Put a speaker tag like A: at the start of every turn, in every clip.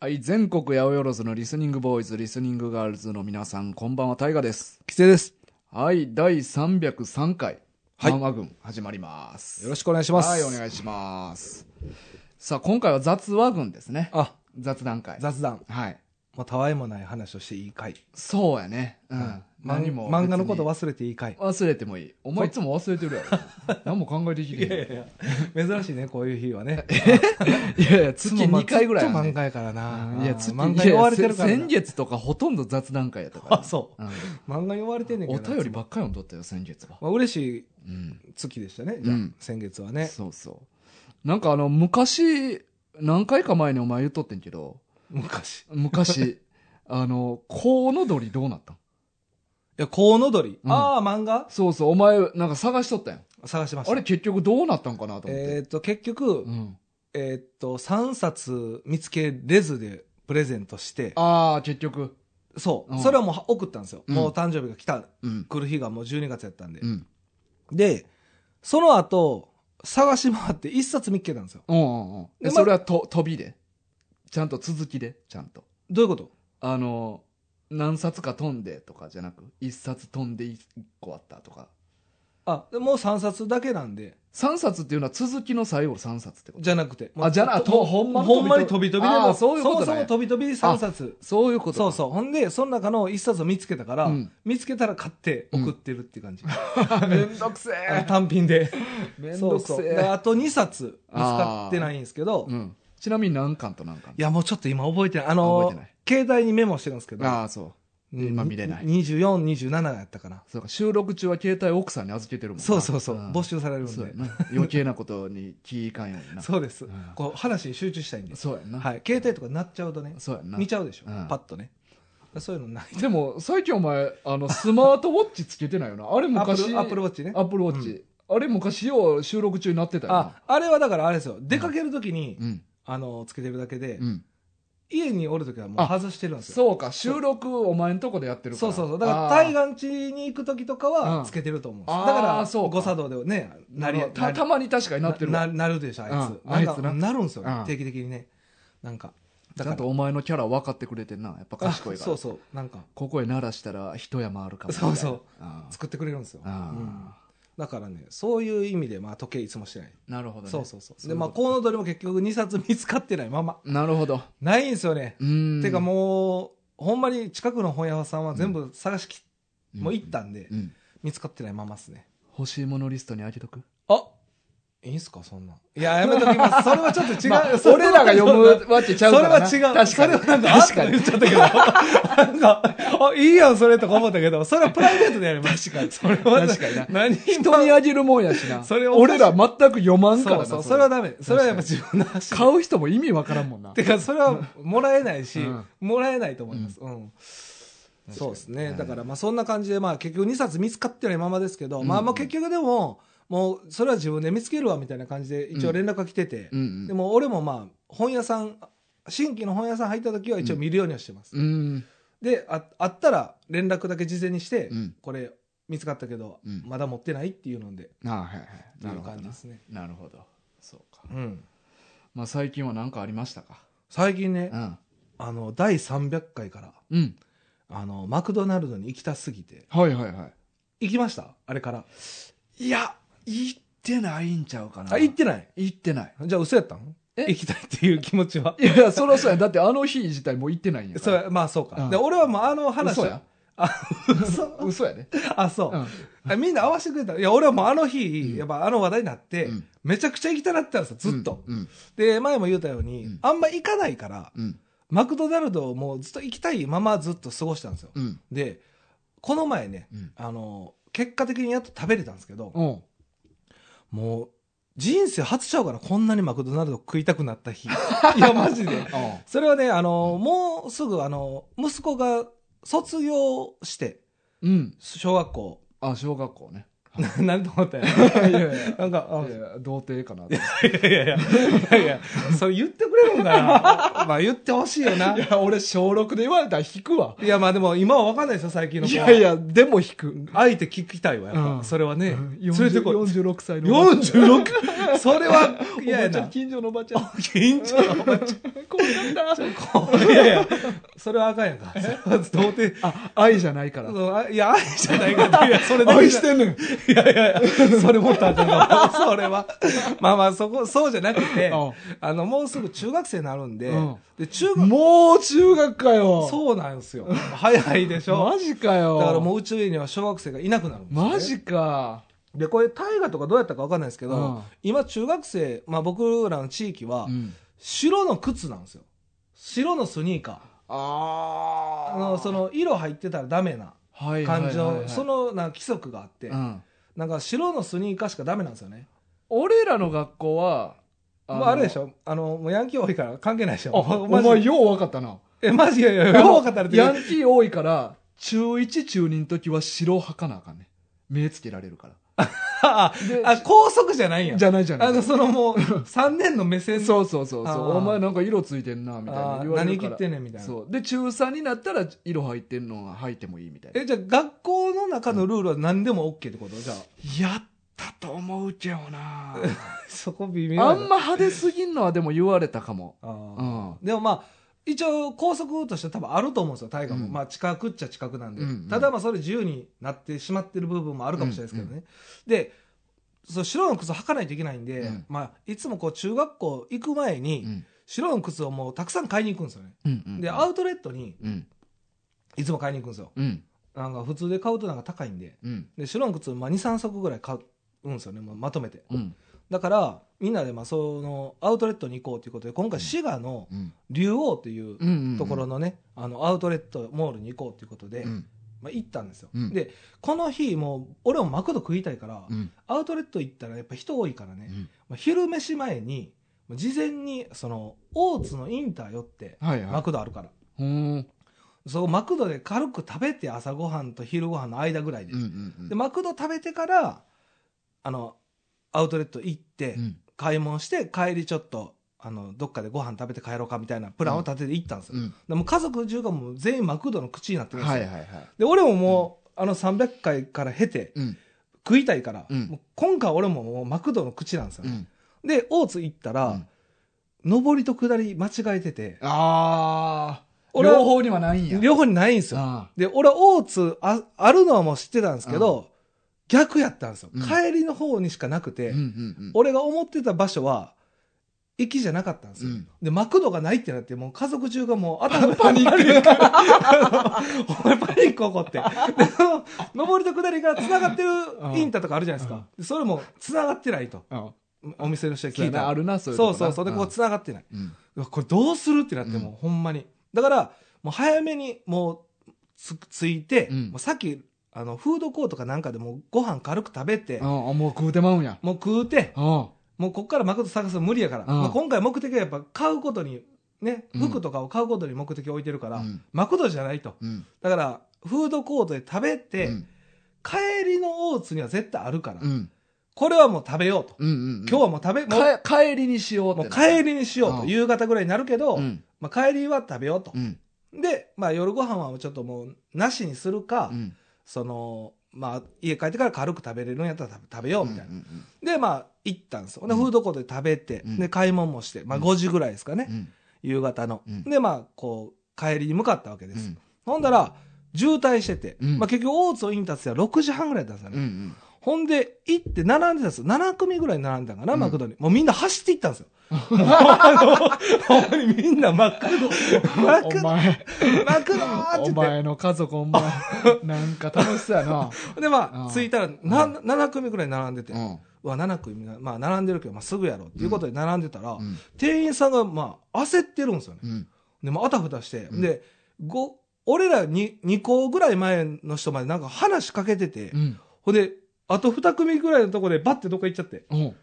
A: はい、全国八百万のリスニングボーイズ、リスニングガールズの皆さん、こんばんは、タイガです。
B: 規制です。
A: はい、第303回、
B: はい
A: マンマ軍、始まります。
B: よろし
A: く
B: くお願いします。
A: はい、お願いします。さあ、今回は雑話軍ですね。
B: あ、
A: 雑談会。
B: 雑談。
A: はい。
B: もうたわいもない話をしていい回。
A: そうやね。うん。
B: まん
A: 何も。
B: 漫画のこと忘れてい い回。
A: 忘れてもいい。お前いつも忘れてるや ろ。何も考えてきてへん
B: 珍しいね、こういう日はね。
A: いやいや、月
B: もま
A: 2回ぐらい
B: ずっ
A: は
B: と
A: ね
B: 漫画やからな。
A: いや、
B: あー
A: 月
B: 漫画に追われてるから
A: いや
B: な。
A: せ先月とかほとんど雑談会やったから。
B: あ、そう。
A: うん
B: 漫画に追われてんねんけ
A: お
B: どな。
A: 便り
B: いつも
A: ばっかり読んどったよ、先月は。
B: まあ、嬉しい
A: うん。
B: 月でしたね、じゃあ
A: うん
B: 先月はね。
A: そうそう。なんかあの、昔、何回か前にお前言っとってんけど、
B: 昔。い
A: 昔、あの、コウノドリどうなったん
B: や、コウノドリ。
A: うん
B: ああ、漫画
A: そうそう、お前、なんか探しとったやん。
B: 探しました。
A: あれ結局どうなったんかなと思って。
B: えーっと、結局
A: う、ん、
B: えーっと、3冊見つけれずでプレゼントして、
A: ああ、結局。
B: そうう。
A: ん
B: それはもう送ったんですよ。
A: うん
B: もう誕生日が来た
A: うん。
B: 来る日がもう12月やったんで
A: う。ん。
B: で、その後、探し回って一冊見っけたんですよ。
A: うんうんうん。で、
B: でま
A: それはと飛びで。ちゃんと続きで、ちゃんと。
B: どういうこと
A: あの、何冊か飛んでとかじゃなく、一冊飛んで一個あったとか。
B: あ、でもう3冊だけなんで、
A: 三冊っていうのは続きの最後の三冊ってこと
B: じゃなくて。
A: あじゃな
B: と
A: とほんまに
B: ほんまに飛び飛びで
A: あ
B: も、
A: そういうことね
B: そもそも飛び飛び3冊。
A: そういうこと
B: そう
A: う。
B: そう。ほんで、その中の一冊を見つけたから、
A: うん
B: 見つけたら買って送ってるって感じ。
A: めんどくせ
B: あの
A: え。
B: 単品で。
A: めんどくせ
B: そうそうで
A: え。
B: あと2冊見つかってないんですけど、い
A: うんちなみに何巻と何巻
B: やもうちょっと今覚えてない。あの
A: 覚えてない
B: 携帯にメモしてるんですけど、
A: ああ、そう。
B: うん
A: 今見れない
B: 24、27やったかな。
A: そうか、収録中は携帯奥さんに預けてるもんな
B: そうそうそう、
A: ん
B: 募集されるんで。
A: そうやな。余計なことに気いかんようにな。
B: そうです、
A: うん
B: こう話に集中したいんです、
A: そうやんな。
B: はい、携帯とかなっちゃうとね
A: そうやんな。
B: 見ちゃうでしょ、
A: うん
B: パッとねそういうのない
A: でも、最近お前、あの、スマートウォッチつけてないよな。あれ
B: アップ
A: 昔、
B: ルアップルウォッチね
A: アップルウォッチ。あれ昔よう収録中になってたよな。
B: ああれはだからあれですよ出かけるときに、
A: うん。
B: あのつけてるだけで、
A: うん。
B: 家におるときはもう
A: あ
B: 外してるんですよ
A: そうか、収録お前んとこでやってるか
B: そう
A: ら。
B: そうそうだから
A: あー
B: 対岸地に行くときとか
A: う
B: は
A: ん
B: つけてると思うんです、
A: あー
B: だから
A: そうか
B: 誤作動でねなり
A: なるほどた
B: なり
A: たまに確かになってるわ
B: ななるでしょあいつ、
A: うん
B: なんか
A: あいつな
B: なるんですよ、
A: うん
B: 定期的にねなんか
A: ちゃ
B: だから
A: んとお前のキャラ分かってくれてんなやっぱ賢い
B: あ
A: から
B: そうそうなんか
A: ここへ鳴らしたら一山あるかも
B: そうそう
A: あ
B: 作ってくれるんですよ、
A: あー
B: うんだからねそういう意味で、まあ、時計いつもしてない
A: なるほどね
B: そうそうそう
A: そうい
B: で
A: う
B: ま
A: こ
B: あ
A: と
B: コウノドリも結局2冊見つかってないまま
A: なるほど
B: ないんですよね
A: う、ーん
B: てかもうほんまに近くの本屋さんは全部探しき、
A: うん
B: もう行ったんで、
A: うん
B: 見つかってないままっすね
A: 欲しいものリストにあげとく
B: あいいんすかそんないややめときますそれはちょっと違う、
A: まあ
B: それ
A: 俺
B: は
A: らが読むわけちゃう
B: そ
A: か
B: れ
A: ら
B: は
A: な
B: 違
A: 確
B: う。
A: かに
B: それはなんか、
A: 確かに
B: あっと言っちゃったけど。なんか、あ、いいやん、それとか思ったけど、それはプライベートでやります。確かに。それは、
A: 確かにな
B: 何
A: 人にあげるもんやしな
B: それおかし
A: 俺
B: い
A: ら全く読まんから
B: そう
A: な
B: そう、
A: そ
B: それ
A: れ
B: はダメ。それはやっぱ自分の話。
A: 買う人も意味わからんもんな
B: てか、それはもらえないし、
A: うん
B: もらえないと思います。うん。そうですね。
A: うん
B: だから、まあ、そんな感じで、まあ、結局2冊見つかってないままですけど、
A: うん
B: まあ、まあ、結局でも、もう、それは自分で見つけるわ、みたいな感じで、一応連絡が来てて、
A: うんうん
B: でも、俺もまあ、本屋さん、新規の本屋さん入った時は一応見るようにはしてます。
A: うん
B: で、ああったら、連絡だけ事前にして、
A: うん
B: これ、見つかったけど、
A: うん
B: まだ持ってないっていうので、
A: ああはいはい
B: と
A: ないるほ
B: う
A: ど
B: 感じ
A: な
B: ですね。
A: なるほどそうか
B: うん。
A: まあ最近は何かありましたか
B: 最近ね、
A: うん
B: あの、第300回から、
A: うん
B: あの、マクドナルドに行きたすぎて。
A: はいはいはい
B: 行きましたあれから。
A: いや、行ってないんちゃうかな。
B: あ、行ってない。
A: 行ってない。
B: じゃあ嘘やったん
A: え
B: 行きたいっていう気持ちは。
A: いや、そろそろや。だってあの日自体もう行ってないんやか
B: そ
A: ら。
B: う、まあそうか。
A: うん
B: で、俺はもうあの話
A: 嘘
B: は。
A: や。
B: 嘘
A: 嘘やね。
B: あ、そう、
A: うん
B: あみんな合わせてくれた。いや、俺はもうあの日、
A: ん
B: やっぱあの話題になって、
A: うん
B: めちゃくちゃ行きたなってたんですよ、ずっと。
A: うん。うん
B: で、前も言ったように、
A: うん
B: あんま行かないから、
A: うん。
B: マクドナルドをもうずっと行きたいままずっと過ごしたんですよ。
A: うん。
B: で、この前ね、
A: うん
B: あの、結果的にやっと食べれたんですけど、
A: おう
B: もう、人生初ちゃうからこんなにマクドナルド食いたくなっ た日。いや、マジで。
A: おう
B: それはね、あの、もうすぐ、あの、息子が卒業して、
A: うん。
B: 小学校、
A: あ、小学校ね。
B: なんと思った よ。
A: いやいやいや
B: なんか、あ
A: 童貞かな。
B: いやいやいや、いやいや、それ言ってくれるんかなまあ言ってほしいよな。い
A: や、俺小6で言われたら引くわ。
B: や、まあでも今は分かんないですよ、最近の
A: い
B: 子は。
A: やいや、でも引く。
B: あえて聞きたいわ、やっぱ。
A: うん
B: それはね。連れてこい。
A: 46歳の。
B: 46! それは、
A: お
B: 嫌や
A: ばちゃん、
B: な。
A: 近所のおばちゃん。
B: 緊張。
A: 怖いかった
B: こういやいや、それはあかんやんか。それは童貞。
A: あ愛じゃないから
B: そうあいや、愛じゃ ないかって、いや、それだけ
A: 愛
B: じ
A: し
B: ゃ
A: てんねん
B: いやいやいや、それも っとあかんわそれは。まあまあ、そこ、そうじゃなくて
A: うん、
B: あの、もうすぐ中学生になるんで
A: うん、
B: で、中学、
A: もう中学かよ
B: そうなんですよ。早いでしょ。
A: マジかよ
B: だからもう宇宙には小学生がいなくなるんですよね
A: マジか
B: で、これ、大河とかどうやったかわかんないですけ
A: うん
B: ど、今、中学生、まあ僕らの地域は、白の靴なんですよ。白のスニーカー。
A: あ
B: あの、その、色入ってたらダメな感じの、その、なんか規則があって、なんか白のスニーカーしかダメなんですよね。
A: 俺らの学校は
B: あもうあれでし
A: ょ
B: ょあの、もうヤンキー多いから関係ないでしょ
A: あお前よう分かったな
B: え、マジいやいや、よう分かったらって
A: ヤンキー多いから中1中2の時は白履かなあかんね目つけられるから
B: あ、あ高速じゃないんや。
A: じゃないじゃな
B: あ
A: い
B: の、そのもう、3年の目線の
A: そうそうそうそ
B: あー
A: うお前なんか色ついてんなみたい
B: あ
A: な
B: ー
A: 言われ
B: 何
A: るか
B: 切
A: ら
B: ってんねんみたいな。
A: そうで中3になったら色入ってんのは履いてもいいみたいな
B: え、じゃあ学校の中のルールは何でも OK ってことじゃあ、
A: やったと思うけどな
B: そこ微妙や な
A: あんま派手すぎんのはでも言われたかも
B: あー
A: うん
B: でもまあ、一応高速として多分あると思うんですよ、大河も。
A: うん
B: まあ近くっちゃ近くなんで。
A: うんうん
B: ただまあそれ自由になってしまってる部分もあるかもしれないですけどね。
A: う
B: で、そう白の靴履かないといけないんで、
A: うん
B: まあいつもこう中学校行く前に、
A: うん
B: 白の靴をもうたくさん買いに行くんですよね。
A: うんうん
B: で、アウトレットに
A: うん
B: いつも買いに行くんですよ。
A: うん
B: なんか普通で買うとなんか高いんで。
A: うん
B: で、白の靴、まあ2、3足ぐらい買うんですよね、まあまとめて。
A: うん
B: だから、みんなでまあそのアウトレットに行こうということで、今回滋賀の
A: うん
B: 竜王っていう
A: うんうん
B: ところ
A: の
B: のね、あのアウトレットモールに行こうということで、
A: うん
B: まあ、行ったんですよ、
A: うん
B: でこの日もう俺もマクド食いたいから、
A: うん
B: アウトレット行ったらやっぱ人多いからね、
A: うん
B: まあ、昼飯前にまあ事前にその大津のインター寄って
A: はいはい
B: マクドあるから、
A: ほーん
B: そこマクドで軽く食べて朝ごはんと昼ごはんの間ぐらいで,、
A: うんうんうん
B: でマクド食べてからあのアウトレット行って、
A: うん
B: 買い物して帰りちょっとあのどっかでご飯食べて帰ろうかみたいなプランを立てて行ったんですよ、
A: うん
B: でもう家族中がもう全員マクドの口になってるんですよ、
A: はいはいはい
B: で俺ももう、あの300回から経て
A: うん
B: 食いたいから、
A: うん
B: もう今回俺ももうマクドの口なんですよ
A: う
B: ね、
A: ん
B: で大津行ったら、上りと下り間違えてて
A: ああ
B: 俺は
A: 両方にはないんや
B: 両方にないんですよ
A: あ
B: で俺は大津ああるのはもう知ってたんですけど、逆やったんですよ、
A: うん
B: 帰りの方にしかなくて、
A: ーうんうんうん
B: 俺が思ってた場所は行きじゃなかったんですよ、
A: うん
B: でマクドがないってなってもう家族中がもう頭が
A: パニック
B: お前パニック起こって。で、上りと下りが繋がってるインターとかあるじゃないです
A: うん
B: か。でそれも繋がってないと。
A: うん
B: お店の人に
A: そう
B: 聞
A: や
B: いた
A: な
B: ら
A: あるなそ
B: そ
A: いう
B: う
A: とこな
B: そうそう。で、こう繋がってない。
A: うん
B: うわこれどうするってなってもう、ほんまに。だから、もう早めに、もう、つ、ついて、
A: うん
B: もうさっき、あの、フードコートかなんかでもうご飯軽く食べて
A: あ、あもう食うてまうんや
B: もう食うて、
A: あ
B: もうこっからマクド探すの無理やから。
A: ん
B: まあ今回目的はやっぱ買うことに、ね、
A: うん
B: 服とかを買うことに目的を置いてるか
A: あ
B: ら
A: う、ん
B: マクドじゃないと。
A: うん
B: だから、フードコートで食べて、
A: うん
B: 帰りの大津には絶対あるから、
A: うん
B: これはもう食べようと。
A: うんうん
B: 今日はもう食べ、もう
A: か帰りにしようっ
B: も
A: て
B: う帰
A: り
B: りにしようと。
A: うん
B: 夕方ぐらいになるけど、
A: うん
B: まあ、帰りは食べようと
A: う。ん
B: で、まあ、夜ご飯はちょっともう、なしにするか、
A: うん
B: その、まあ、家帰ってから軽く食べれるんやったら食べ食べようみたいな。
A: うんうん
B: で、まあ、行ったんですよ。で、
A: うん
B: フードコートで食べて、
A: うん
B: で、買い物もして、まあ、
A: うん
B: 5時ぐらいですかね、
A: うん
B: 夕方の。
A: うん
B: で、まあ、こう、帰りに向かったわけで
A: う
B: す。
A: ん
B: ほんだら、渋滞してて、
A: うん
B: まあ、結局、大津をインターツは6時半ぐらいだったんです
A: う
B: よね。
A: ん
B: ほんで、行って並んでたんですよ。7組ぐらい並んだんかな、
A: うん
B: マクドに。もうみんな走って行ったんで すよ。もうあの、ほんまにみんなマクド、マク
A: お
B: ド、マ
A: 前
B: クドーって
A: お
B: 言っ
A: 前の家族お前なんか楽しそうやな
B: て。で、ま
A: うん
B: あ、着いたら、な、7組ぐらい並んでて。う
A: うん
B: わ、7組が、まあ、並んでるけど、まあ、すぐやろうっていうことで並んでたら、
A: うん
B: 店員さんが、まあ、焦ってるんですよね。
A: うん
B: で、まあ、あたふたして。
A: うん
B: で、ご、俺らに2個ぐらい前の人までなんか話しかけてて、
A: うん
B: ほんで、あと2組ぐらいのとこでバッてどっか行っちゃって。
A: うん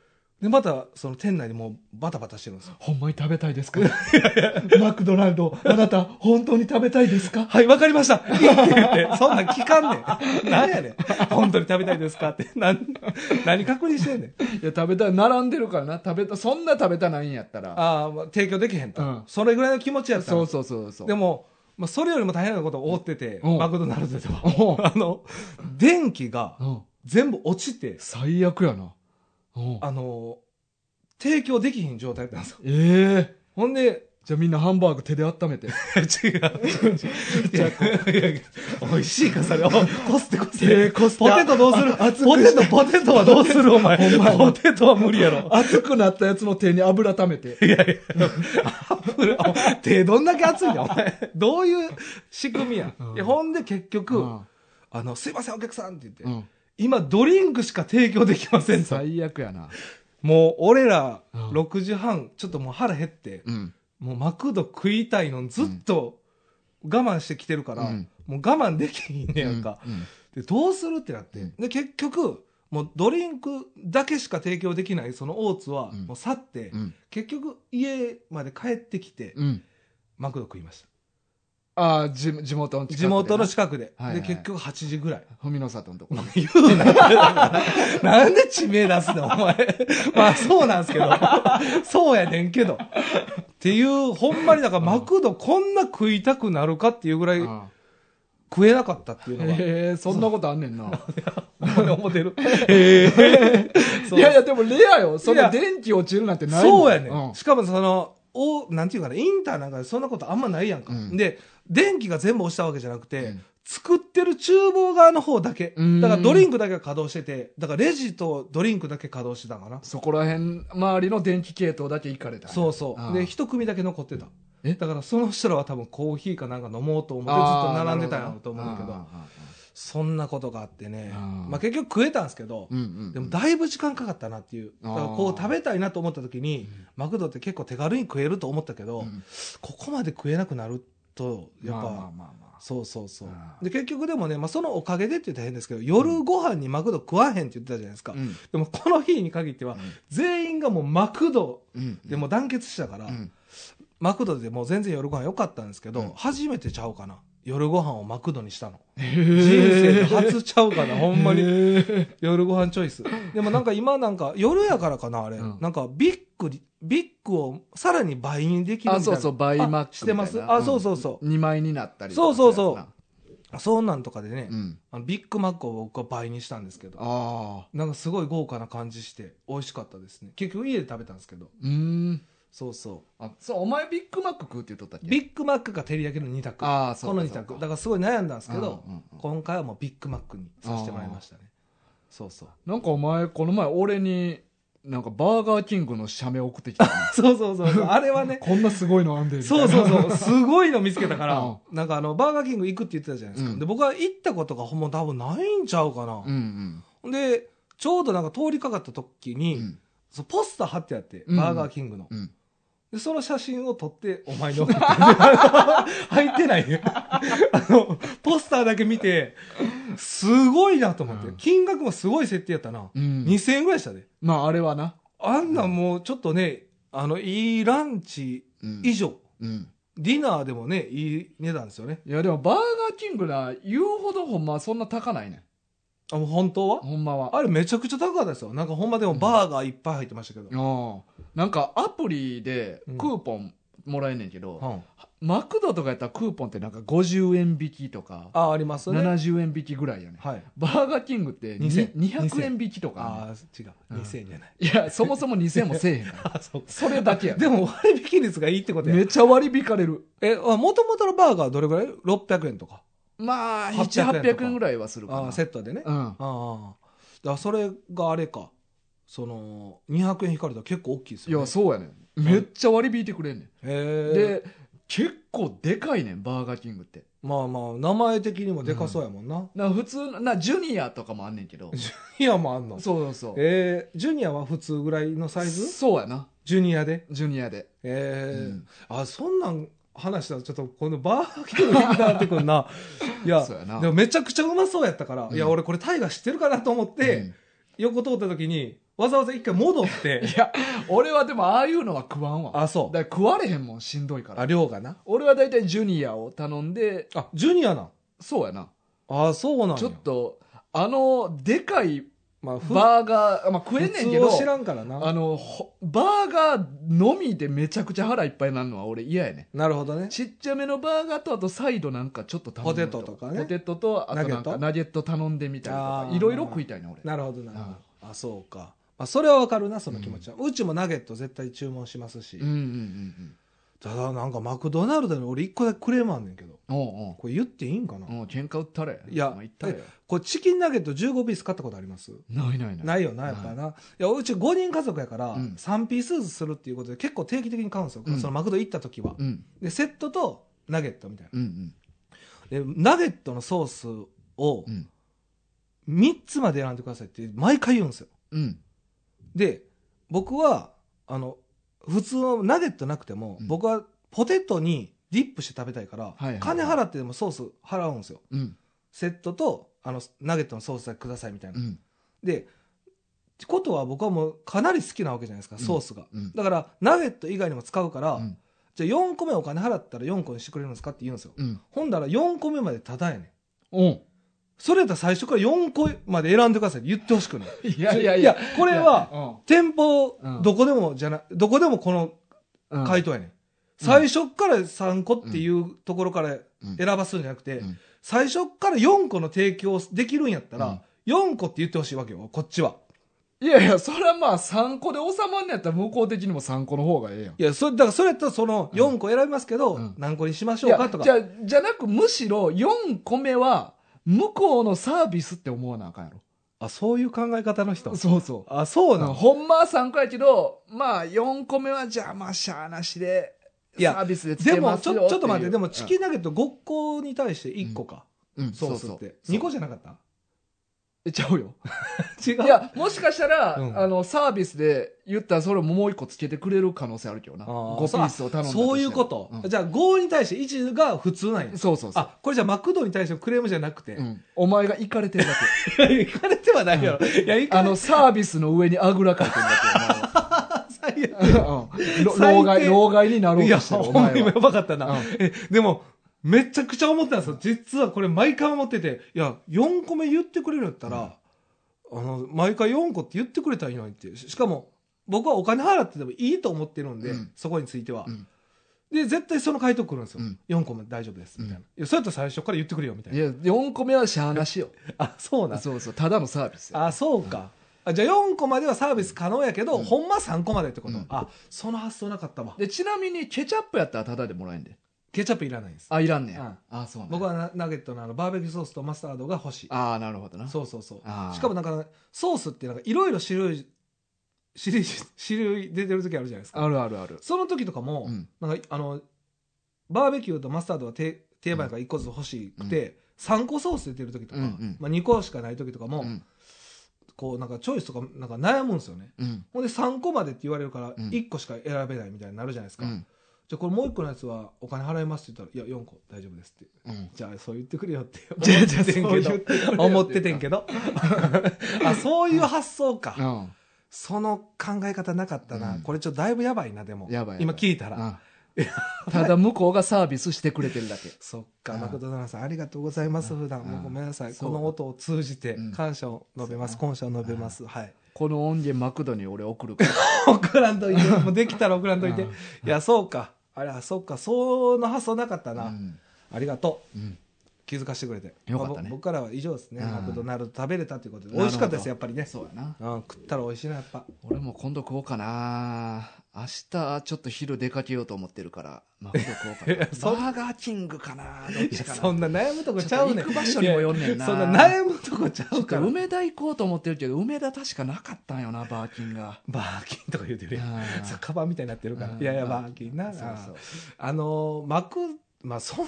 B: で、また、その店内でもうバタバタしてるんですよ。
A: ほんまに食べたいですか マクドナルドあなた本当に食べたいですか
B: はい、わかりました。 いいって言って、そんなん聞かんねん。 なんやねん。本当に食べたいですかって。 なん、何確認してんねん。
A: いや食べたい並んでるからな食べたそんな食べたないんやったら
B: ああ、まあ提供できへんと。
A: うん
B: それぐらいの気持ちやったら
A: そうそうそうそう
B: でも、まあ、それよりも大変なことを覆ってて、
A: うん
B: マクドナルドでは。
A: おう
B: あの、電気が
A: うん
B: 全部落ちて、
A: 最悪やなうん
B: あの、提供できひん状態だったんですよ。
A: ええ
B: ほんで、
A: じゃあみんなハンバーグ手で温めて。
B: 違う。いやいや美味しいか、それ。おこすってこすって。
A: えーこすって
B: ポテトどうする
A: あ熱く
B: ポテト、ポテトはどうするお前。
A: ほんまやな
B: ポテトは無理や ろ。
A: 熱くなったやつの手に油溜めて。
B: いやいや、アップル、お手どんだけ熱いんだ、お前。どういう仕組みや
A: うん
B: ん。いやほんで結局、
A: うん
B: あの、すいません、お客さんって言って、
A: うん
B: 今、ドリンクしか提供できませんと。
A: 最悪やな。
B: もう、俺ら、
A: うん
B: 6時半、ちょっともう腹減って、
A: うん。
B: もうマクド食いたいのずっと我慢してきてるから、
A: うん
B: もう我慢できひんねやんか。
A: うん。
B: で、どうするってなって。
A: うん
B: で、結局、もうドリンクだけしか提供できないその大津は、
A: うん
B: もう去って、
A: うん。
B: 結局家まで帰ってきて、
A: うん。
B: マクド食いました。
A: ああ、地地元の近くで
B: 地
A: な
B: 元の近くで。
A: はいはい
B: で、結局8時ぐらい。
A: 文の里のとこ。
B: 言うな。なんで地名出すのお前。 まあそうなんすけど。 そうやねんけど。っていう、ほんまにだからマクドこんな食いたくなるかっていうぐらい
A: あ
B: 食えなかったっていう
A: あ
B: のが、
A: へえ、そんなことあんねんな。
B: ほんまに思って る。へえ。
A: いやいや、でもレアよ。そん
B: い
A: な
B: や
A: 電気落ちるなんてないもん
B: そうやね、
A: うん
B: ん。しかもその、お、なんていうかな、インターなんかでそんなことあんまないやんか。
A: うん
B: で、電気が全部押したわけじゃなくて、
A: うん
B: 作ってる厨房側の方だけ
A: うーん。
B: だからドリンクだけが稼働してて、だからレジとドリンクだけ稼働してたんかな。
A: そこら辺、周りの電気系統だけ行かれたんや。
B: そうそ
A: ああ
B: う。で、一組だけ残ってた。
A: え
B: だからその人らは多分コーヒーかなんか飲もうと思ってず
A: あ
B: っ
A: あ
B: と並んでたんやろうと思うけ
A: なるほ
B: ど、
A: ああああ
B: そんなことがあってね。
A: ああ
B: まあ結局食えたんですけど、
A: うんうん。
B: でもだいぶ時間かかったなっていう。だからこう食べたいなと思った時に、マクドって結構手軽に食えると思ったけど、
A: うん
B: ここまで食えなくなると、やっ
A: まあ
B: ぱ、
A: まあまあまあ
B: そうそうそう
A: あ。ー
B: で、結局でもね、まあそのおかげでって言ったら変ですけど、夜ご飯にマクド食わへんって言ってたじゃないですか。
A: うん
B: でもこの日に限っては、全員がもうマクド
A: うん。
B: でもう団結したから、
A: うん、
B: マクドでもう全然夜ご飯良かったんですけど、
A: うん
B: 初めてちゃうかな。夜ご飯をマクドにしたの。
A: 人
B: 人生で初ちゃうかな、ほんまに。
A: に。
B: 夜ご飯チョイ ス。でもなんか今なんか夜やからかな、あれ。
A: うん
B: なんかビッグに、ビッグをさらに倍にできるみたいな。
A: あ、そうそう、倍マック
B: あしてますあそうそうそう
A: 2枚になったり
B: そうそ
A: う。
B: うそんなんとかでね、
A: うん。
B: あのビッグマックを僕は倍にしたんですけど。
A: ああ。
B: なんかすごい豪華な感じして、美味しかったですね。結局家で食べたんですけど。
A: うーん。
B: そうそ
A: あ、そう、お前ビッグマック食うって言っとったっ
B: う。
A: け
B: ビッグマックか照り焼きの2択。こ
A: ああ、そうか
B: の2
A: そう
B: 択。
A: か
B: だからすごい悩んだんですけど、
A: うんうんうん
B: 今回はもうビッグマックにさせてもらいましたね。そうそう。
A: なんかお前、この前俺に、なんかバーガーキングの社名送ってきたな
B: そうそうそうそう。あれはね、
A: こんなすごいのあんでみたい
B: そ
A: な
B: うそう そう。すごいの見つけたか
A: うん
B: ら、なんかあの、バーガーキング行くって言ってたじゃないですか。
A: うん
B: で、僕は行ったことがほんま多分ないんちゃうかな
A: う。ん
B: で、ちょうどなんか通りかかった時
A: うん。
B: に、
A: うん
B: そうポスター貼ってあって、
A: うん
B: バーガーキングの。
A: うん。
B: で、その写真を撮って、お前の。 入ってない ね。あの、ポスターだけ見て、すごいなと思って
A: うん。
B: 金額もすごい設定やったな。
A: うん。
B: 2000円ぐらいしたで。
A: まあ、あれはな。
B: あんなんもうちょっとね、あの、いいランチ
A: うん
B: 以上。
A: うん。
B: ディナーでもね、いい値段ですよね。
A: いや、でもバーガーキングな、言うほどほんまそんな高ないねん。
B: あ、もう本当は
A: ほんまは。
B: あれめちゃくちゃ高かったですよ。なんかほんまでもバーガーいっぱい入ってましたけど。
A: ああなんかアプリでクーポンもらえんねんけど、
B: うん
A: マクドとかやったらクーポンってなんか50円引きとか
B: あ、ありますね。
A: 70円引きぐらいやね
B: はい。
A: バーガーキングってに
B: 2000
A: 200円引きとか
B: ああ、違う。
A: うん
B: 2000円じ ゃない。
A: いやそもそも2000円もせえへんから
B: あ、そう
A: それだけやね
B: でも割引率がいいってことや。
A: めっちゃ割り引かれる
B: え、もともとのバーガーどれぐらい ?600 円とか。
A: まあ
B: 800円とか
A: 700800円ぐらいはするか
B: あ
A: な
B: ーセットでね。
A: う
B: あ
A: ん
B: あ。だからそれがあれか。その、200円引かれたら結構大きいです
A: い
B: よ、ね。
A: やそうやねんめっちゃ割り引いてくれんね
B: へ
A: ん
B: え。で、
A: で結構でかいねんバーガーキングって
B: まあまあ、名前的にもでかそうやもん な。
A: な普通なジュニアとかもあんねんけど
B: ジュニアもあんの
A: そうそうそう
B: えー、ジュニアは普通ぐらいのサイズ
A: そうやな
B: ジュニアで
A: ジュニアで
B: えー
A: うん
B: あそんなん話したらちょっとこのバーガーキングになってく るないや
A: そうやな
B: でもめちゃくちゃうまそうやったから、
A: うん
B: いや俺これタイガー知ってるかなと思って、
A: うん
B: 横通った時にわざわざ一回戻って
A: いや、俺はでもああいうのは食わんわ。
B: あそ
A: だ
B: う
A: から食われへんもん、しんどいから
B: あ。量がな
A: 俺は大体ジュニアを頼んで、
B: あジュニアなん
A: そうやな。
B: あそうなんや
A: ちょっと、あの、でかい
B: まあふ
A: バーガー、まあ食えんねんけど
B: 普通を、知らんからな
A: あの、ほバーガーのみでめちゃくちゃ腹いっぱいになるのは俺嫌やね
B: なるほどね
A: ん。ちっちゃめのバーガーとあとサイドなんかちょっと頼む
B: ポテトとかね
A: ポテトと、あとなんかナ
B: ナ
A: ゲット頼んでみたりと
B: あ
A: か、
B: ー
A: いろいろ食いたいね、俺。
B: なるほどなるほどあそうか、まあ、それはわかるなその気持ちは、うちもナゲット絶対注文しますし、
A: うんうんうんうん。
B: ただなんかマクドナルドに俺一個だけクレームあんねんけど
A: おう
B: これ言っていいんかな、
A: おうおう喧嘩売ったれ
B: いや
A: まあ、言ったれよ
B: これチキンナゲット15ピース買ったことあります
A: ないないない
B: ないよなやっぱな、い、やうち5人家族やから
A: うん
B: 3ピースずつするっていうことで結構定期的に買うんですよ、
A: うん
B: そのマクド行った時は、
A: うん
B: でセットとナゲットみたいな
A: うん
B: でナゲットのソースを
A: うん
B: 3つまで選んでくださいって毎回言うんですよ
A: うん
B: で僕はあの普通のナゲットなくても、
A: うん
B: 僕はポテトにディップして食べたいか
A: い
B: ら、
A: はいはい
B: 金払ってでもソース払うんですよ
A: うん
B: セットとあのナゲットのソースだけくださいみたいな、
A: うん
B: でってことは僕はもうかなり好きなわけじゃないですか
A: ん
B: ソースが、
A: うん
B: だからナゲット以外にも使うから、
A: うん
B: じゃあ4個目お金払ったら4個にしてくれるんですかって言うんですよ、
A: うん
B: ほんだら4個目までただやねん
A: おう
B: それやったら最初から4個まで選んでくださいって言ってほしくない
A: い
B: これは
A: は
B: 店舗
A: うん
B: どこでもじゃな、どこでもこの回答やねん、最初から3個っていうところから選ばすんじゃなくて、
A: うん
B: 最初から4個の提供できるんやった
A: うん
B: ら、4個って言ってほしいわけよこっちはい
A: やいやそれはまあ3個で収まんのやったら向こう的にも3個の方がええやん
B: いや、それ、だからそれやったらその
A: うん
B: 4個選びますけど、
A: うん
B: 何個にしましょうかとか。
A: いやじゃじゃなくむしろ4個目は向こうのサービスって思わなあかんや
B: あ、そういう考え方の人
A: ろそうそ
B: あ、そう
A: う
B: な
A: な
B: の、
A: ほんまは3個やけどまあ4個目はじゃあまあしゃあなしで
B: いや
A: サービスでつ
B: で
A: け
B: も
A: ま
B: ち
A: す
B: ょ、
A: よ
B: ちょっと待って、でもチキ
A: ン、
B: ンナゲット5個に対して1個か、
A: うんうん
B: ソー
A: そ
B: ス
A: う
B: っ
A: そう
B: て。2個じゃなかった
A: えちゃうよ
B: 違う。
A: いやもしかしたら、
B: うん
A: あのサービスで言ったらそれももう1個つけてくれる可能性あるけどな
B: あー
A: 5ピースを頼んだとしても
B: そういうこと、
A: うん
B: じゃあ5に対して1が普通なんや。
A: そうそうそう
B: あ、これじゃあマクドに対してのクレームじゃなくて。
A: うんお前が行かれてるだけ
B: いかれてはないやろ。いや、いか
A: あ
B: れ
A: のサービスの上にあぐらかいてるだけお前は
B: 最悪
A: うんろ
B: 最低
A: 老害、老害になろう
B: い
A: と
B: や、
A: してる、
B: ほ
A: お
B: んま
A: 前
B: にや
A: は。
B: ばかったな。
A: うん
B: え、でも、めちゃくちゃ思ってたんですよ。実はこれ毎回思ってて、いや、4個目言ってくれるんやったら、あの、毎回4個って言ってくれたらいいのにって。ししかも、僕はお金払ってでもいいと思ってるんで、
A: うん
B: そこについては、
A: うん
B: で、絶対その回答来るんですよ。
A: うん
B: 4個目大丈夫です。みたいな。いや、そうやったら最初から言ってくれよ、みたい
A: い
B: な。
A: や、4個目はしゃあなしよ。
B: あ、そうなん
A: そうそう、ただのサービスや。
B: あ、そうか。あじゃあ4個まではサービス可能やけど、
A: うん
B: ほんま3個までってこと、
A: うん
B: あ、その発想なかったわ。
A: で、ちなみに、ケチャップやったらただでもらえんで。
B: ケチャップいらないです。
A: あ、いらんね
B: うん
A: や。あ、そうね。
B: 僕はナナゲットのあのバーベキューソースとマスタードが欲しい
A: ああ、なるほどな。
B: そうそうそう
A: あー
B: しかもなんかソースってなんかいろいろ種類種類種類出てる時あるじゃないですか
A: あるあるある。
B: その時とかも、
A: うん。
B: なんかあのバーベキューとマスタードは定定番やから1個ずつ欲しくて、3個ソース出てる時とか、
A: うんうん
B: まあ、2個しかない時とかも、
A: うん。
B: こうなんかチョイスとかなんか悩むんですよね
A: うん。
B: ほんで3個までって言われるから
A: うん
B: 1個しか選べないみたいになるじゃないですか、
A: うん。
B: じゃあこれもう1個のやつはお金払いますって言ったら「いや4個大丈夫です」って
A: うん。
B: じゃあそう言ってくれよって 思
A: じゃあじゃ
B: っ
A: あ
B: てん
A: そう
B: け
A: 言
B: ど
A: ってくれよっていうか
B: 思っててんけど あそういう発想か、
A: うん
B: その考え方なかったな、
A: うん
B: これちょっとだいぶやばいなでも
A: やばいやばい
B: 今聞いたら、
A: うんただ向こうがサービスしてくれてるだけ。
B: そっか、
A: うん
B: マクドナルドさんありがとうございます、
A: うん
B: 普段も
A: う
B: うんごめんなさい、
A: そ
B: こ
A: うだ
B: の音を通じて
A: うん
B: 感謝を述べます、
A: そう
B: 感謝を述べます、はい
A: この音源マクドに俺送るから。
B: 送らんといて もうできたら送らんといて、
A: うん
B: いやそうかあれあそっかその発想なかったな、
A: うん
B: ありがとう
A: うん
B: 気づかせてくれて
A: よかったね
B: まあ僕からは以上ですね、
A: うん
B: マクドナルド食べれたということで
A: なるほ
B: 美
A: ど
B: 味しかったですやっぱりね
A: そうやな。
B: うん、食ったら美味しいな、やっぱ。
A: 俺も今度食おうかな明日ちょっと昼出かけようと思ってるから、まあ、今度食おうか
B: いやそ
A: なバーガーキングかなどっちかな
B: そんな悩むとこちゃうねん。
A: ちょっと行く場所にもよんねんない
B: やそんな悩むとこちゃ
A: ちょ
B: う
A: っと
B: から。
A: 梅田行こうと思ってるけど梅田確かなかったんよなバーキンが
B: バーキンとか言うてるやん。
A: うん
B: そうカバンみたいになってるから。
A: うん
B: いやいや、バーキンな。
A: そうそう
B: あのー、幕、まあそんな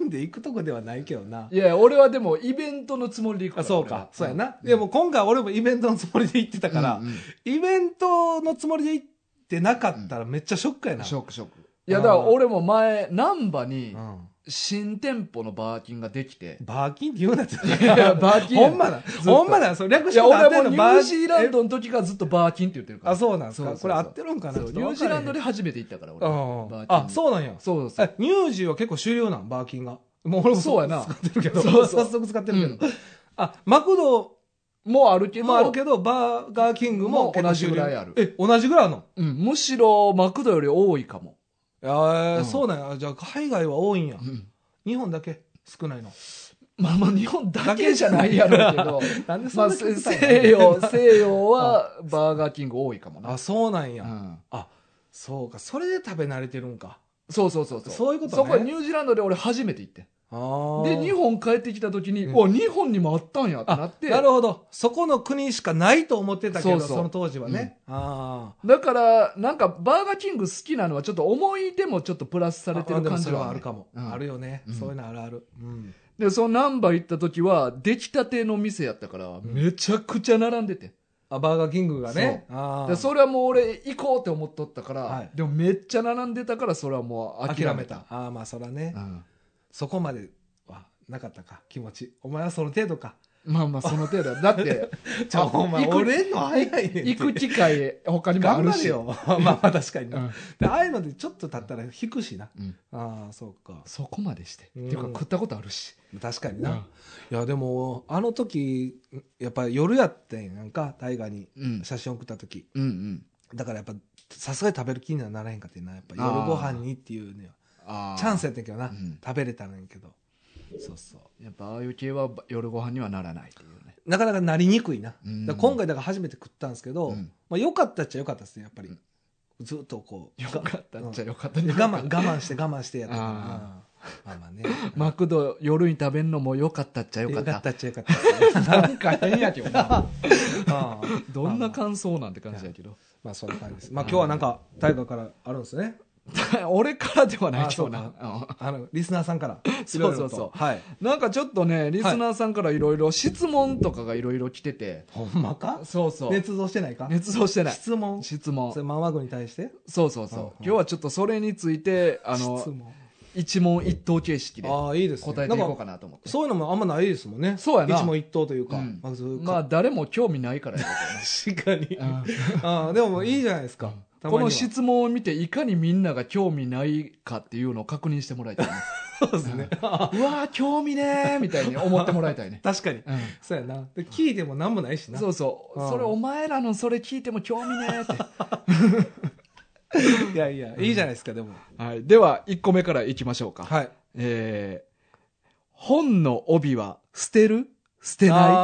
B: 悩んで行くとこではないけどな。
A: いや俺はでもイベントのつもりで行く
B: あ
A: ら
B: そう
A: 俺
B: か
A: は。
B: そうやな。
A: ん
B: でも今回俺もイベントのつもりで行ってた
A: だ
B: から、イベントのつもりで行ってなかったらめっちゃショックやな。
A: ショックショックいやだから俺も前難波
B: う
A: に
B: ん
A: 新店舗のバーキンができて
B: バーキンって言うなって。
A: いやバーキン
B: ほんまだ。
A: と
B: ほんまだ。それ略
A: い
B: して
A: や
B: も
A: 俺
B: らって
A: はも
B: んの
A: うニ
B: バ
A: ュ
B: ー
A: ージーランドの時からずっとバーキンって言ってるから
B: あ、そうなんですか。
A: そうそうそう
B: これ合ってるんかな。
A: そう
B: ち
A: ニ
B: ょ
A: ュー
B: っと
A: ジー
B: 分から
A: ラ
B: へん
A: ンドで初めて行ったから俺
B: う
A: バ
B: ん
A: ーキン
B: あ、そうなんや。
A: そうそう
B: えニュージーは結構主流なん、バーキンが。もう俺も
A: そうやな
B: 使ってるけど、
A: そうそう
B: 早速使ってるけど。
A: う
B: あ、マクド
A: もうあるけど
B: もあるけど、バーガーキングも
A: もう同じぐらいある
B: 結構主流え、同じぐらいあるの
A: うん、むしろマクドより多いかも、
B: えー
A: うん
B: そうなんや。じゃあ海外は多いんや。日本だけ少ないの。
A: まあまあ日本だけじゃないやろうけど
B: なんで そ
A: ま
B: ん
A: あ
B: な気遣いな
A: 西 洋 西洋はバーガーキング多いかもな
B: あ、そうなん
A: う
B: や。
A: ん、
B: あ、そうか。それで食べ慣れてるんか。
A: そうそうそうそう
B: そういうことね
A: そこはニュージーランドで俺初めて行ってん
B: あー
A: で日本帰ってきた時に、
B: うん
A: お日本にもあったんやってなって
B: なるほど。そこの国しかないと思ってたけど、
A: そうそう
B: その当時はね。あ
A: だからなんかバーガーキング好きなのはちょっと思い出もちょっとプラス
B: あ。
A: されてる
B: あでも
A: 感じ
B: それ
A: は
B: は
A: あ
B: あ
A: る
B: るかも。
A: うん
B: あるよね、
A: うん
B: そういうのあるある。うん。
A: でその難波行った時は出来たての店やったから
B: ん
A: めちゃくちゃ並んでて、
B: あ、バーガーキングがね。あ
A: で
B: あ。
A: それはもう俺行こうって思っとったから、
B: はい
A: でもめっちゃ並んでたからそれはもう諦
B: 諦め
A: め
B: た
A: た。
B: ああ、まあそらね
A: う。ん
B: そこまではなかったか、気持ち。お前はその程度か。
A: まあまあその程度だだっ て
B: じゃあ、
A: あ
B: お前、
A: 行く
B: 俺の早いねんて
A: 行く機会他にもあ
B: 頑
A: る
B: 張れ
A: し
B: よ。 まあまあ確かに
A: う
B: な、
A: ん
B: でああいうのでちょっと経ったら引くしな。
A: うん
B: ああ、そうか。
A: そこまでして、
B: うん
A: っていうか食ったことあるし、
B: 確かにな。いや、でも、あの時、やっぱり夜やってんやんか、大河に。
A: うんうん
B: 写真送った時。
A: うんうん
B: だからやっぱ、さすがに食べる気にはならへんかってな。やっぱ夜ご飯にっていうね。
A: あー
B: チャンスやってんけどな。
A: うん
B: 食べれたらんやけど。そうそう。
A: やっぱああいう系は夜ご飯にはならないっていうね
B: なかなかなりにくいな。
A: うん
B: だから今回だから初めて食ったんですけど、
A: うん
B: まあ良かったっちゃ良かったですね、やっぱり。
A: うん
B: ずっとこう。
A: よかったっちゃ
B: うん
A: よかった
B: 我
A: ね
B: 慢、我慢して我慢してやったから。うん
A: あ
B: まあまあね。
A: マクド夜に食べんのもよかったっちゃよか
B: 良
A: っ
B: か
A: た
B: ったっちゃ良かった。
A: なんか変やけどな
B: うん
A: どんな感想なんて感じやけど
B: まあそんな感じです。まあ今日はなんか、大河からあるんですね。
A: 俺からではないけど
B: あ
A: な
B: あの、リスナーさんから。
A: そうそうそう
B: いろいろとはい。
A: うんなんかちょっとねリスナーさんからいろいろ質問とかがいろいろ来てて
B: ほんまか
A: そうそう
B: 捏造してないか
A: 捏造してない
B: 質問。
A: 質問
B: それ、マンワグに対して
A: そうそうそう
B: うんうん
A: 今日はちょっとそれについてあ
B: 質
A: の
B: 問。
A: 一問一答形式で
B: ああ、いいですね。
A: 答えていこう
B: なん
A: か
B: か
A: なと思って
B: そういうのもあんまないですもんね。
A: そうやな
B: 一問一答というか。
A: うん
B: まあ、そういう
A: まあ
B: か
A: 誰も興味ないからや
B: 確かに
A: けどな
B: ああ、でもいいじゃないですか。たま
A: こ
B: には
A: の質問を見ていかにみんなが興味ないかっていうのを確認してもらいたいね
B: そうですね。あ
A: うわー興味ねーみたいに思ってもらいたいね
B: あ、確かに。
A: うん
B: そうやな。で、聞いてもなんもないしな。
A: そうそう、
B: うん
A: それお前らのそれ聞いても興味ねーって、
B: いやいや、いいじゃないですか、でも。
A: はい、では1個目からいきましょうか、
B: はい。
A: えー本の帯は捨てる捨てないあ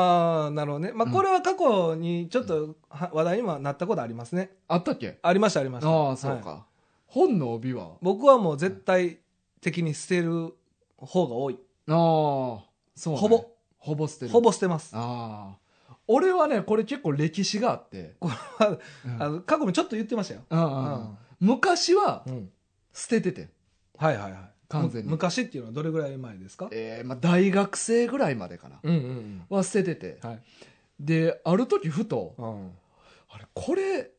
B: ああ、なるほどね。まあ、これは過去にちょっとは話題にもなったことありますね。
A: ったっけ
B: ありました、ありました。
A: ああそう
B: はい
A: か、本の帯は
B: 僕はもう絶対的に捨てる方が多い。
A: ああそう、ね、
B: ほぼ
A: ほぼ捨てる
B: ほぼ捨てます。
A: ああ俺はねこれ結構歴史があって
B: これは、
A: うん
B: あの、過去もちょっと言ってましたよ。
A: うんうんうん昔は
B: うん
A: 捨ててて
B: はいはいはい。
A: 完全に
B: む昔っていうのはどれぐらい前ですか
A: えーまあ、大学生ぐらいまでかな、
B: うんうん
A: は捨ててて、
B: はい
A: である時ふと
B: うん。
A: あれこれ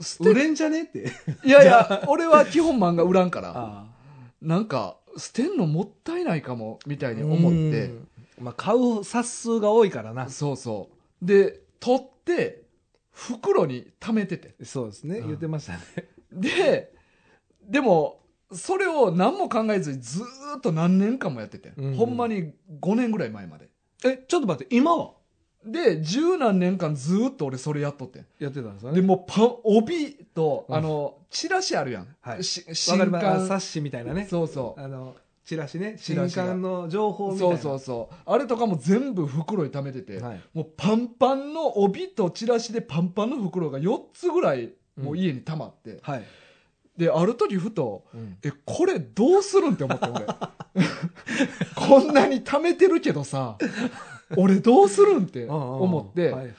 A: 捨てる
B: 売れんじゃねって。
A: いやいや俺は基本漫画売らんから
B: あ
A: なんか捨てんのもったいないかもみた
B: あ
A: いに思って。
B: まあ、買う冊数が多いからな。
A: そうそうで取って袋に溜めてて
B: そうですね。
A: うん
B: 言ってましたね。
A: ででもそれを何も考えずにずーっと何年間もやってて、
B: うん
A: ほんまに5年ぐらい前まで
B: え、ちょっと待って、今は
A: で十何年間ずーっと俺それやっとってん
B: やってたんですよ
A: で
B: ね。
A: もうパン帯と、
B: うん
A: あのチラシあるやん、
B: はい
A: し
B: わ
A: 新
B: かりますあ
A: 刊
B: 冊子みたいなね。
A: そうそう
B: あの、チラシね。
A: チ
B: 新
A: ラシが
B: 刊の情報みたい
A: そ
B: な。
A: うそうそうあれとかも全部袋に溜めてて、
B: はい。
A: もうパンパンの帯とチラシでパンパンの袋が4つぐらいもう家に溜まって、
B: はい。
A: である時ふと
B: うん
A: えこれどうするんって思って俺 こんなに溜めてるけどさ俺どうするんって思って、
B: はいはい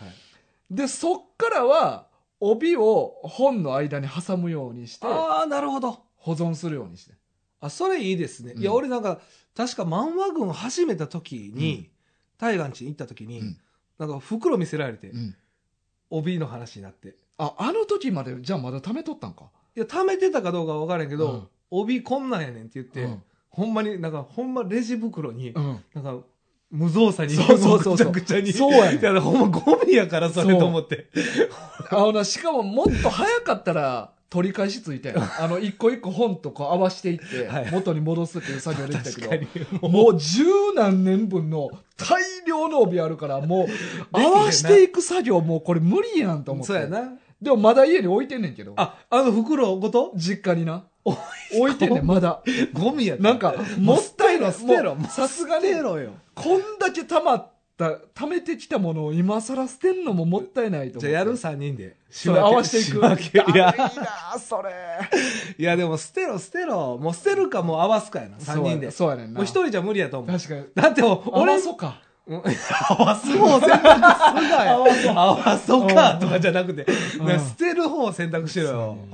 A: でそっからは帯を本の間に挟むようにして
B: ああ、なるほど。
A: 保存するようにして
B: あ、それいいですね。
A: うん
B: いや、俺なんか、確か漫画軍始めた時に、大河地に行った時に、
A: うん
B: なんか袋見せられて、
A: うん
B: 帯の話になって。
A: ああの時までじゃあまだ貯めとったんか
B: いや、貯めてたかどうかは分からんけど、
A: うん
B: 帯こんなんやねんって言って、
A: うん
B: ほんまになんか、ほんまレジ袋に、
A: うん
B: なんか、無造作に、
A: そうそうそう
B: ぐち
A: そ
B: ゃ
A: う
B: ぐちゃに。
A: そうやねん
B: いや、ほんまゴミやから、それ
A: そう
B: と思って。
A: あのなしかももっと早かったら取り返しついて あの一個一個本とこう合わしていって
B: はい
A: 元に戻すっていう作業できた
B: 確
A: け
B: かに
A: ど。もう十何年分の大量の帯あるからもう合わしていく作業もうこれ無理やんと思って
B: そうやな。
A: でもまだ家に置いてんねんけど
B: あ、あの袋ごと
A: 実家にな
B: おい
A: 置いてんねんまだ
B: ゴミやった
A: なんかも
B: もったいろ、捨て
A: も
B: ろ、
A: う
B: もう
A: さすがに
B: 捨てろよ。
A: こんだけ溜まっだ貯めてきたものを今更捨てんのももったいないと思って
B: じゃあやる3人で。
A: それ合わせてい
B: 仕
A: く
B: 分け
A: あ
B: いや、
A: いいなそれ
B: いやでも捨てろ捨てろ。もう捨てるかもう合わすかやな、3人で。
A: そうやねんな
B: もう1人じゃ無理やと思う。
A: 確かに
B: だってもう
A: 俺
B: 俺、
A: そうか
B: うん合わす方を選択すんなよ。合わそうかとかじゃなくて、
A: うん
B: ね捨てる方を選択しろよ。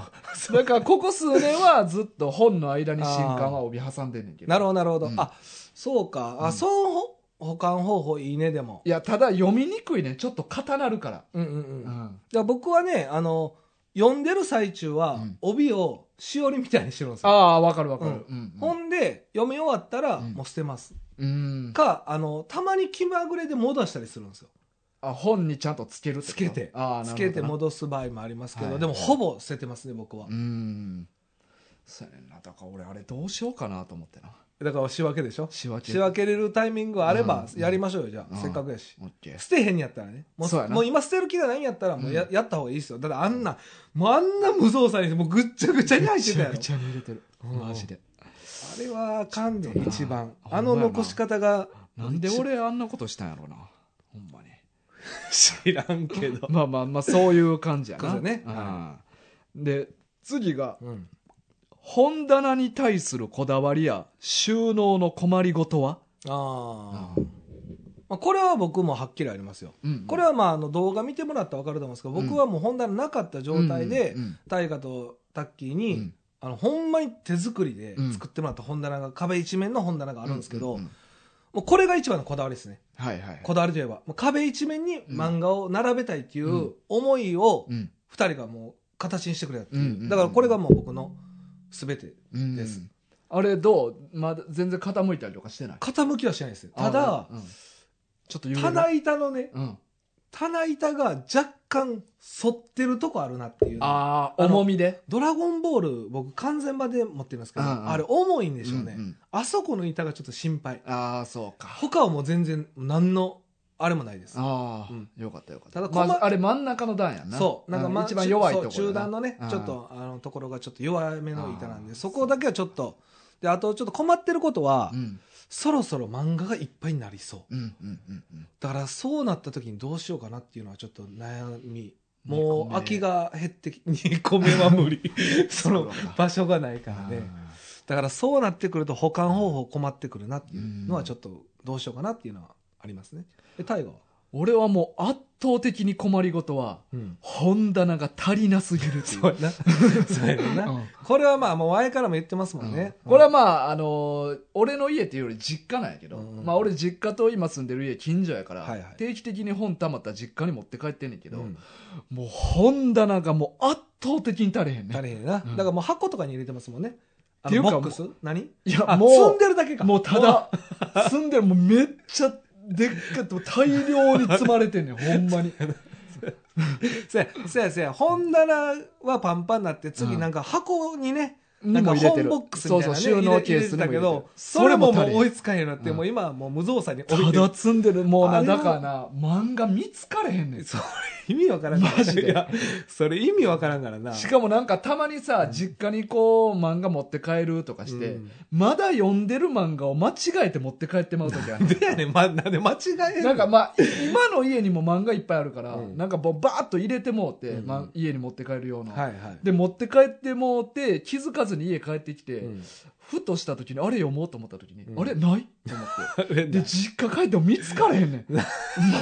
A: だからここ数年はずっと本の間に新刊は帯挟んでんねんけど
B: なるほど、なるほど。
A: うん
B: あ、そうか。あ、そのほ保管方法いいね、でも。
A: いやただ読みにくいねちょっと硬なるから、
B: うんうんうん。
A: う
B: だか
A: ん、
B: ら僕はね、あの、読んでる最中は
A: うん、
B: 帯をしおりみたいにしてるんです
A: あ
B: よ。
A: あわかるわかる、うん
B: ほんで、読み終わったら、
A: うん
B: もう捨てます。
A: うん
B: か、あの、たまに気まぐれで戻したりするんですよ。
A: あ本にちゃんとつけるってこと
B: つけて
A: ああなる
B: つ
A: ほど
B: けて
A: な
B: 戻す場合もありますけ
A: は
B: ど、
A: い
B: でもほぼ捨ててますね、僕は
A: う。んそうやねんなだから俺あれどうしようかなと思ってな
B: だから仕分けでしょ
A: 仕分け
B: 仕分けれるタイミングあれば、
A: うん
B: やりましょうよ、じゃあ。
A: うん
B: せっかくやし。
A: オッケー
B: 捨てへんやったらね。も
A: そう
B: う
A: やな
B: もう今捨てる気がないんやったら、もうや,、
A: う
B: やった方がいいですよ。だってあんな、もうあんな無造作に、もうぐっちゃぐちゃに入ってたやろ
A: め。ちゃめちゃに入れてる
B: うん
A: マジで
B: あれはあかん
A: ち
B: ね
A: ょっとな
B: 一番。
A: ほんまや
B: あ
A: な
B: の残し方が。
A: なんで俺あんなことしたんやろうなほんまに
B: 知らんけど。
A: まあまあまあそういう感じや
B: こ
A: な
B: とね
A: うん
B: は
A: で次が
B: うん。
A: 本棚に対するこだわりや収納の困りごとは、
B: ああ。まあ、これは僕もはっきりありますよ。
A: うん
B: これはまあ、あの動画見てもらったら分かると思うんですけど、
A: うん
B: 僕はもう本棚なかった状態で
A: う、ん
B: 大河とタッキー
A: うん
B: に、
A: うん
B: あの、ほんまに手作りで
A: うん
B: 作ってもらった本棚が、壁一面の本棚があるんですけど、
A: ううう
B: もうこれが一番のこだわりですね。
A: はいはい
B: こだわりといえば。もう壁一面に漫画を並べたいってい
A: うん
B: う思いを、
A: うん
B: 二人がもう形にしてくれたって
A: うんうんう
B: い
A: ん
B: う。だからこれがもう僕の全て。
A: うん
B: です
A: あれどうまだ全然傾いたりとかしてない
B: 傾きはしないですよ。た
A: あ
B: だ、
A: うんちょっと揺れる
B: 棚板のね、
A: うん
B: 棚板が若干反ってるとこあるなっていう。
A: ああ
B: あの
A: 重みで
B: ドラゴンボール、僕完全版で持ってるんですけど、
A: うんうん
B: あれ重いんでしょうね
A: ん。ん
B: あそこの板がちょっと心配。
A: ああそうか
B: 他はもう全然何のあれもないです。
A: ああ、
B: うん
A: よかったよかったた
B: だ
A: ま
B: こま
A: あ、あれ真ん中の段やんな
B: そう。なんか、ま
A: あの一番弱いところ
B: そう中段のね
A: うん、
B: ちょっと、あの、ところがちょっと弱めの板なん
A: あー
B: で、そこだけはちょっと、で、あとちょっと困ってることは
A: う、ん
B: そろそろ漫画がいっぱいになりそう。
A: うんうんうんうん
B: だから、そうなった時にどうしようかなっていうのはちょっと 悩み。
A: 二個
B: もう、
A: 目
B: 空きが減ってき、2個目は 無理。そ
A: そ
B: の
A: うか、
B: 場所がないからね。だから、そうなってくると保管方法困ってくるなっていうのは、ちょっと、どうしようかなっていうのはありますね。え、大河は
A: 俺はもう圧倒的に困りごとは
B: うん。
A: 本棚が足りなすぎるっていう
B: そうや な。そうやな。
A: うん
B: これはまあ、もう前からも言ってますもんね。
A: これはまあ、あのー俺の家っていうより実家なんやけど、
B: うん
A: まあ、俺実家と今住んでる家近所やから、
B: はいはい
A: 定期的に本たまったら実家に持って帰ってんねんけ
B: け
A: ど、
B: ど、
A: もう本棚がもう圧倒的に足りへんね
B: 足りへんな、
A: うん
B: だからもう箱とかに入れてますもんねあ
A: ってい
B: の
A: うか
B: ボックス何
A: いや
B: あ
A: も
B: 積ん
A: う
B: でるだけか
A: もうただ住んでるもうめっちゃでっかい大量に積まれて んねんほんまに
B: せやせやせや本棚はパンパンになって次なんか箱にね、
A: な
B: なんか
A: 入れて
B: 本
A: る
B: ボックス
A: そ
B: み
A: う
B: たい
A: そ
B: な、
A: う
B: ね、
A: 収納ケー
B: 入れ
A: ス
B: て
A: に
B: た
A: も入れて
B: け
A: る
B: どそれもも
A: 足
B: う
A: りへん
B: 追いつかへんようになって、
A: うん
B: もう今はもう無造作に置い
A: た
B: てる
A: だ積んでるもう
B: あ
A: な
B: れは
A: だからな漫画見つかれへんねん
B: それ意味わからんから
A: マジで
B: いやそれ意味わからんからな
A: しかもなんかたまにさ、実家にこう漫画持って帰るとかして、
B: うん
A: まだ読んでる漫画を間違えて持って帰ってまう時 ある
B: でやねん、ま、なんで間違えんの
A: なんかまあ今の家にも漫画いっぱいあるから、
B: うん
A: なんかもうバーッと入れてもうて、
B: うん
A: まあ、家に持って帰るような、
B: はいはい
A: で持って帰ってもうて気づかずに家帰ってきて、
B: うん
A: ふとした時にあれ読もうと思った時に、
B: うん
A: あれないと思って
B: あれ
A: で
B: な
A: 実家帰っても見つかれへんね ん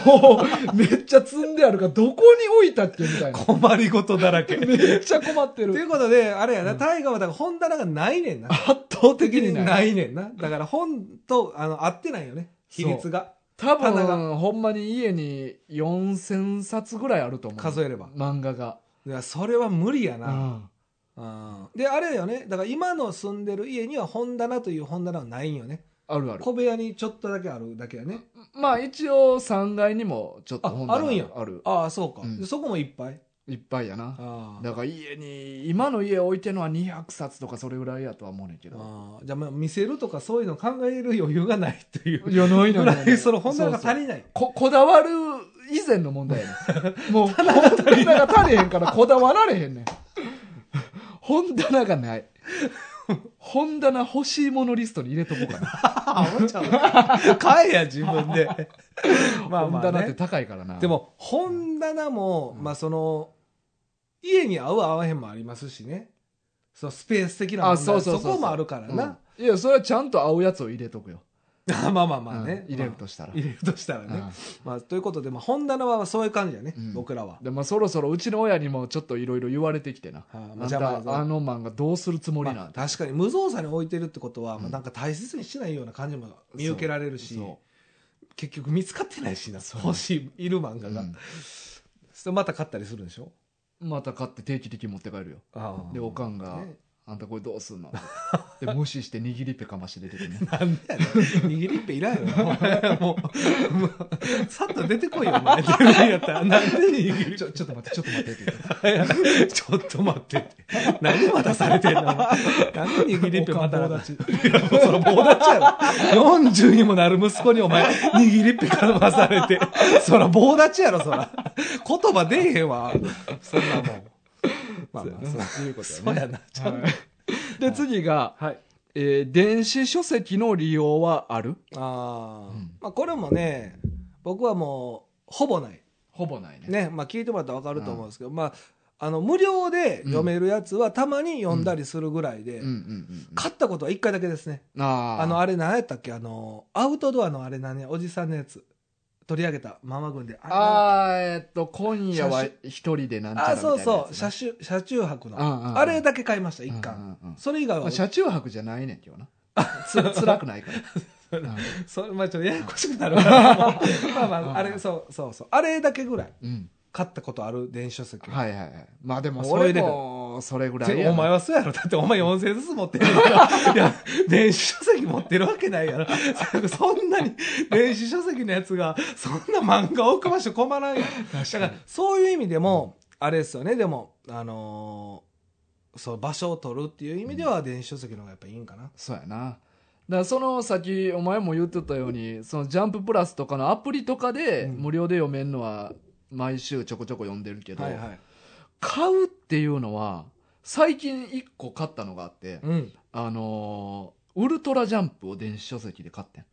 A: もうめっちゃ積んであるからどこに置いたっけみたいな
B: 困りごとだらけ
A: めっちゃ困って
B: とい
A: る
B: うことで、あれやな、大河はだから本棚がないねんな。
A: 圧倒的
B: 的
A: に
B: に
A: ない
B: ないねんな。だから本と、あの、合ってないよね。比率が。
A: 多分
B: 棚が
A: ほんまに家に4000冊ぐらいあると思う
B: 数えれば
A: 漫画が、
B: いや、それは無理や
A: う
B: な。
A: ん、
B: うんで、あれよね。だから今の住んでる家には本棚という本棚はないんよね。
A: あるある
B: 小部屋にちょっとだけあるだけやね。
A: まあ一応3階にもちょっと
B: あ
A: 本棚
B: あるんや
A: ある
B: ああ、そうか。
A: うん
B: でそこもいっぱい。
A: いっぱいやな
B: ああ
A: だから家に今の家置いてるのは200冊とかそれぐらいやとは思うねんけど
B: ああじゃあ、まあ見せるとかそういうの考える余裕がないと いう。
A: いやない
B: ぐ
A: の
B: らい、その本棚が
A: そう
B: 足
A: そう
B: りない。
A: ここだわる以前の問題やねんもう本棚が足りへんからこだわられへんねん本棚がない本棚欲しいものリストに入れとこうかな。
B: あ、おもちゃを買えや、自分で。 まあま
A: 本
B: あ、
A: 棚って
B: ね。
A: 高いからな。
B: で、も、本棚も、
A: うん
B: まあその、家に合う合わへんもありますしね。そう、スペース的な
A: あ
B: 問題
A: そうそうそうそう
B: こもあるからな。
A: いや、それはちゃんと合うやつを入れとくよ。
B: まあまあまあね
A: う。ん入れるとしたら。
B: 入れるとしたら
A: う
B: ね
A: ん。
B: まあ、ということで、まあ、本棚はそういう感じやね、
A: うん
B: 僕らは。
A: でまあ、そろそろうちの親にもちょっといろいろ言われてきてな。
B: あ
A: あ
B: ー
A: ん
B: まあ、
A: た
B: 邪魔やぞ
A: あの漫画どうするつもりな
B: ま
A: ん
B: あ
A: て。
B: 確かに無造作に置いてるってことは、
A: うん
B: まあ、なんか大切にしないような感じも見受けられるし
A: そ
B: 結局見つかってないしな
A: そう
B: 欲しいいる漫
A: う
B: 画が、
A: うん
B: それまた買ったりするんでしょ
A: また買って定期的に持って帰るよ。
B: あ
A: で、おかんが、あんたこれどうすんので、無視して握りっぺかまして出てくるね。
B: なんでやねん握りっぺいらんよな お前もうもうさっと出てこいよお前って言うんやったら なんで握り
A: ちょ、ちょっと待って、ちょっと待ってって言って。
B: っぺ ちょっと待ってって何待たされてんのなんで握りっぺまた
A: おかん棒
B: なちいやもうそれ棒立ちやろ40にもなる息子にお前握りっぺからまされてそら棒立ちやろそら言葉出えへんわそんなもんまあまあそういうこと
A: やね
B: とそうやなちゃんと
A: はい で、次が、
B: はい
A: えー電子書籍の利用はある
B: あー、
A: うん
B: まあこれもね僕はもうほぼない
A: ほぼないね。
B: ね、まあ、聞いてもらったら分かると思うんですけど、まあ、あの無料で読めるやつはたまに読んだりするぐらいで、
A: うんうんうんうん。
B: 買ったことは1回だけですね
A: あ
B: あのあれ何やったっけあのアウトドアのあれ何やおじさんのやつ取り上げたママ軍であれな
A: あーえっと、今夜は一人でなんちゃらみ
B: あ
A: たい
B: そ
A: な
B: う
A: やつな。
B: そう車中車中泊の
A: うんうんうん
B: あれだけ買いました1
A: うん
B: 巻
A: うんうん
B: それ以外
A: まあ
B: は
A: 車中泊じゃないねんけ どな。つ、辛く ないから。うん
B: それまあちょっとややこしく なるからもうまあま
A: うん
B: ああれそうそうそうあれだけぐらい
A: うん。
B: 買ったことある電子書籍
A: はいはいはい。まあでも
B: まあそうい
A: 俺
B: うレベル
A: もそれぐらい
B: て
A: や
B: お
A: な。
B: 前はそうやろ。だってお前4000円ずつ 持ってるから。いや、電子書籍持ってるわけないやろ。そんなに、電子書籍のやつが、そんな漫画置く場所困らんやん。
A: 確
B: だから、そういう意味でも、あれですよね、でも、あのーそう、場所を取るっていう意味では、電子書籍の方がやっぱいいんかな。
A: そうやな。だからその先お前も言ってたようにそのジャンププラスとかのアプリとかで
B: うん
A: 無料で読めるのは毎週ちょこちょこ読んでるけど、
B: はいはい。
A: 買うっていうのは最近一個買ったのがあって、
B: うん。
A: あのーウルトラジャンプを電子書籍で買ってん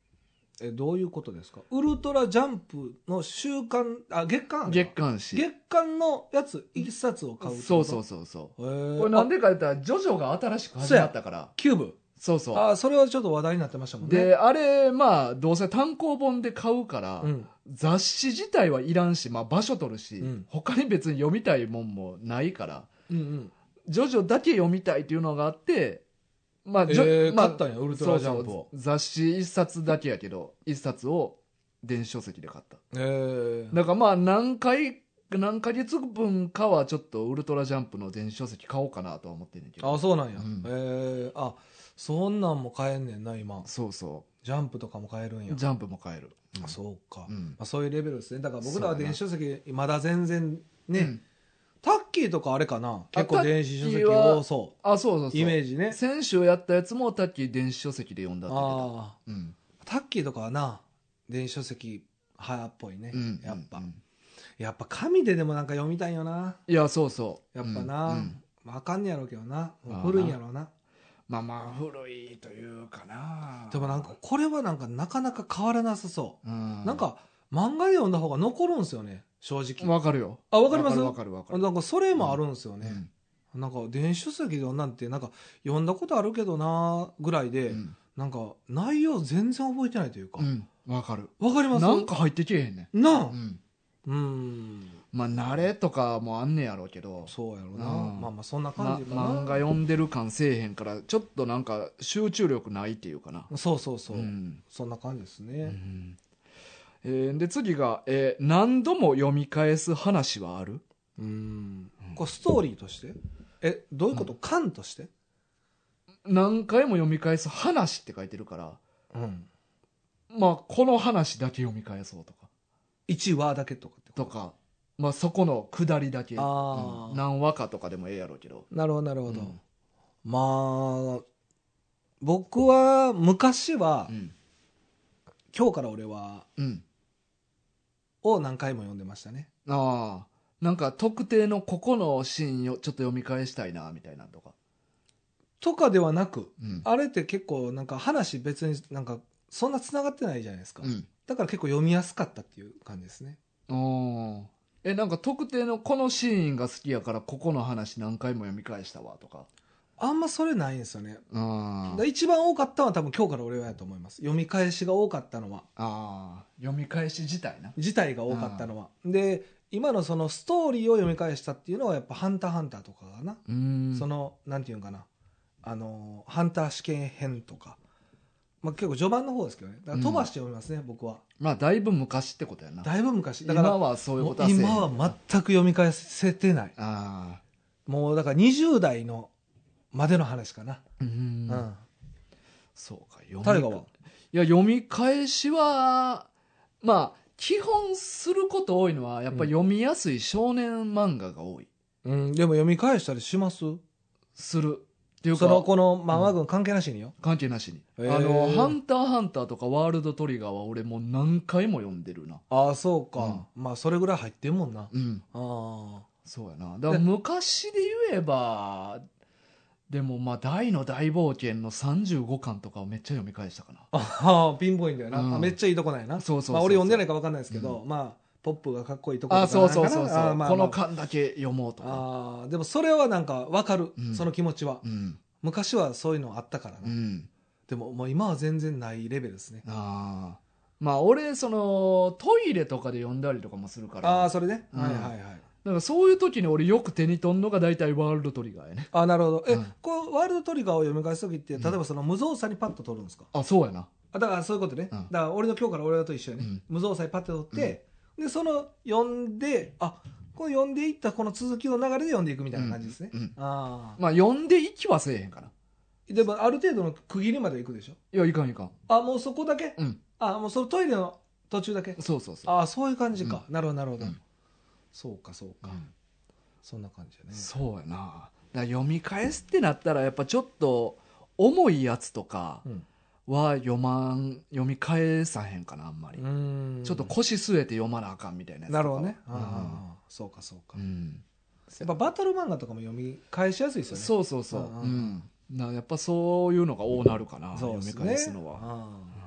B: え、どういうことですかウルトラジャンプの週刊、あ、月刊ある
A: 月刊誌
B: 月刊のやつ、一冊を買うって
A: そ
B: こ
A: う
B: と
A: そうそうそ
B: へー
A: うこれなんでか言ったらジョジョが新しく始まったから
B: あキューブ。
A: そうそう
B: あーそれはちょっと話題になってましたもんね。
A: であれまあどうせ単行本で買うから、
B: うん、
A: 雑誌自体はいらんし、まあ、場所取るし、
B: うん
A: 他に別に読みたいもんもないから
B: うんうん
A: ジョジョだけ読みたいっていうのがあってまあ、ジョ
B: えー
A: まあ
B: 買ったんやウルトラジャンプ
A: そう
B: を
A: そう雑誌一冊だけやけど一冊を電子書籍で買った
B: えー
A: だからまあ何回何ヶ月分かはちょっとウルトラジャンプの電子書籍買おうかなとは思ってんねんけど
B: あそうなんや、
A: うん
B: えーあそんなんも買えんねんな今
A: そうそ
B: ジャンプとかも買えるんや
A: うジャンプも買える、
B: あそうか、
A: うん
B: まあ、そういうレベルですねだから僕らは
A: そうやな
B: 電子書籍まだ全然ね、
A: うん
B: タッキーとかあれかな結
A: タ
B: 構
A: ッキーは
B: 電子書籍多そ
A: あそうそう
B: う
A: そう
B: イメージね
A: 先週やったやつもタッキー電子書籍で読んだって言って
B: あ
A: たうん
B: ータッキーとかはな電子書籍派っぽいね、
A: うん
B: やっぱ、
A: うん
B: やっぱ紙ででもなんか読みたいよない
A: やそうそう
B: やっぱな、
A: うんうん
B: まあ、あかんねやろうけどなもう
A: まあな
B: 古いんやろうな
A: まあまあ古いというかな
B: でもなんかこれはなんかなかなか変わらなさそうう、
A: ん
B: なんか漫画で読んだ方が残るんですよね正直、
A: わかるよ
B: あわかります
A: わかるわかるわか
B: なんかそれもあるんですよ
A: る
B: ね、なんか電子書籍で読んだんてなんか読んだことあるけどなぐらいで、
A: うん
B: なんか内容全然覚えてないというか
A: う
B: わ、
A: んわかる
B: かります
A: なんか入ってけえへんね
B: なん
A: うん
B: うんうん
A: まあ慣れとかもあんねやろうけど
B: そうやろうな、
A: うん
B: まあまあそんな
A: ま
B: 感じかな、
A: 漫画読んでる感せえへんからちょっとなんか集中力ないっていうかな
B: そうそうそう、
A: ん
B: そんな感じです
A: う
B: ね、
A: んえーで次が、えー何度も読み返す話はある?」
B: うんこれストーリーとしてえどういうこと、感として、
A: 何回も読み返す話って書いてるから、
B: うん、
A: まあ、この話だけ読み返そうとか、
B: 1話だけとかってこと
A: とか、まあ、そこの下りだけ、
B: あー
A: うん何話かとかでもええやろうけど。
B: なるほどなるほど、
A: うん
B: まあ僕は昔は、
A: うん。
B: 今日から俺は
A: うん。
B: を何回も読んでましたね
A: ああ。なんか特定のここのシーンをちょっと読み返したいな、みたいなのとか。
B: とかではなく、
A: うん。
B: あれって結構なんか話別になんかそんな繋がってないじゃないですか。
A: うん。
B: だから結構読みやすかったっていう感じですね。
A: おーえ、なんか特定のこのシーンが好きやから、ここの話何回も読み返したわとか。
B: あんまそれないんですよね。
A: あ
B: だ一番多かったのは多分今日から俺はやと思います。読み返しが多かったのは、
A: あー、読み返し自体な。
B: 自体が多かったのは。で、今のそのストーリーを読み返したっていうのはやっぱハンターハンターとかかな。
A: うーん
B: その、なんていうんかな。あの、ハンター試験編とか。まあ結構序盤の方ですけどね。だから飛ばして読みますね、僕は。
A: まあ、だいぶ昔ってことやな。
B: だいぶ昔。だ
A: 今
B: から、
A: はそういう
B: も
A: こ
B: う
A: とはせえへん
B: 今は全く読み返せてない。
A: ああ。
B: もうだから20代のまでの話かな。
A: う
B: うんん。
A: そうか、読み
B: 大河はい
A: や、読み返しは、まあ、基本すること多いのは、やっぱ
B: うん
A: 読みやすい少年漫画が多い。
B: うん、でも読み返したりしますそ
A: する。っていうか、
B: の、この漫画群関係なしによ。
A: 関係なしに。
B: へー
A: あの、ハンターハンターとかワールドトリガーは俺もう何回も読んでるな。
B: ああ、そうか。まあ、それぐらい入ってんもんな。
A: うん。
B: あ
A: そうやな。だから昔で言えば、でもまあ、大の大冒険の35巻とかをめっちゃ読み返したかな。
B: あ。ああ、ピンポイントやな。
A: うん
B: あめっちゃいいとこなんやな。
A: そうそうそうそう
B: まあ、俺読んでないか分かんないですけど、まあ、ポップがかっこいいとこ
A: あ、
B: とかな
A: そ
B: ん
A: う
B: か
A: そ
B: な
A: うそうそう、
B: ああまあ
A: この
B: まあ
A: 巻だけ読もうとか。
B: ああ、でもそれはなんか分かる
A: う。ん
B: その気持ちは
A: う。ん。
B: 昔はそういうのあったから
A: う
B: な。
A: ん。
B: でも、もう今は全然ないレベルですね。
A: ああ。まあ俺、その、トイレとかで読んだりとかもするから。
B: ああ、それね。
A: うん
B: はいはいはい。
A: だからそういう時に俺よく手に取んのが大体ワールドトリガーやね。
B: あなるほどえ、
A: うん
B: こうワールドトリガーを読み返す時って
A: うん
B: 例えばその無造作にパッと取るんですか、
A: あ、そうやな。
B: あだからそういうことね、
A: うん
B: だから俺の今日から俺らと一緒やね、
A: うん
B: 無造作にパッと取って、でその読んであこの読んでいったこの続きの流れで読んでいくみたいな感じですね、
A: うんうん
B: ああ
A: まあ読んで息はせえへんから。
B: でもある程度の区切りまでいくでしょ
A: いや、いかんいかん。
B: あもうそこだけ
A: うん。
B: あもうそのトイレの途中だけ
A: そうそうそう。
B: あそういう感じか、なるほどなるほど、
A: うん
B: そうかそう
A: う
B: か、
A: ん
B: そんな感じやね
A: そうやな。だから読み返すってなったらやっぱちょっと重いやつとか
B: うん
A: は読まん、読み返さへんかな、あんまり。
B: うん
A: ちょっと腰据えて読まなあかんみたいなやつとか
B: なるほ
A: は
B: どね、
A: う
B: あ
A: ん
B: あそうかそうか、
A: うん。
B: やっぱバトル漫画とかも読み返しやすいですよね。
A: そうそうそう。
B: うんうん
A: う
B: うん
A: ん。なやっぱそういうのが多なるかな、
B: そ
A: 読
B: うで
A: み
B: す
A: 返
B: ね。
A: すのは。
B: うん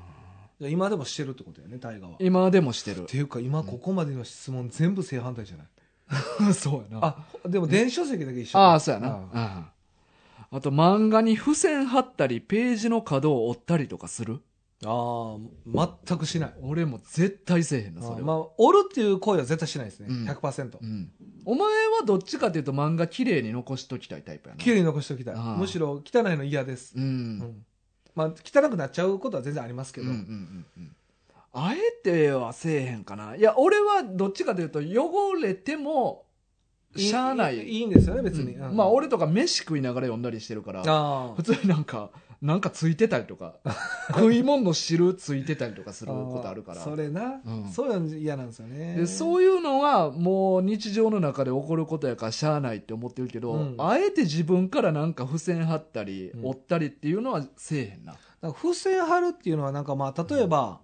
B: 今でもしてるってことやね、大河は。っ
A: 今でもして る
B: て。いうか、今ここまでの質問全部正反対じゃない
A: そうやな。
B: あ、でも電子書籍だけ一緒
A: ああ、そうやな。うん。あと、漫画に付箋貼ったり、ページの角を折ったりとかする
B: ああ、全くしない。
A: 俺も絶対せえへんな、それ
B: ま
A: は。
B: あ、折るっていう行為は絶対しないですね。
A: うん
B: 100%
A: う。ん。お前はどっちかというと漫画綺麗に残しときたいタイプやな。
B: 綺麗に残しておきたい。
A: ああ
B: むしろ汚いの嫌です。
A: う。
B: うんんまあ、汚くなっちゃうことは全然ありますけ
A: うん
B: ど
A: う。んうんうんあえてはせえへんかな。いや、俺はどっちかというと、汚れても、
B: いい
A: しゃあない。
B: いいんですよね、別に。
A: うん
B: うん
A: まあ、俺とか飯食いながら読んだりしてるから
B: ああ
A: 普通になんかなんかついてたりとか 食い物の汁ついてたりとかすることあるから
B: ーそれな、
A: うん
B: そういうの嫌なんですよね
A: でそういうのはもう日常の中で起こることやからしゃあないって思ってるけど、
B: うん
A: あえて自分からなんか付箋貼ったり
B: うん
A: 折ったりっていうのはせえへんな、
B: なんか付箋貼るっていうのはなんかまあ例えば、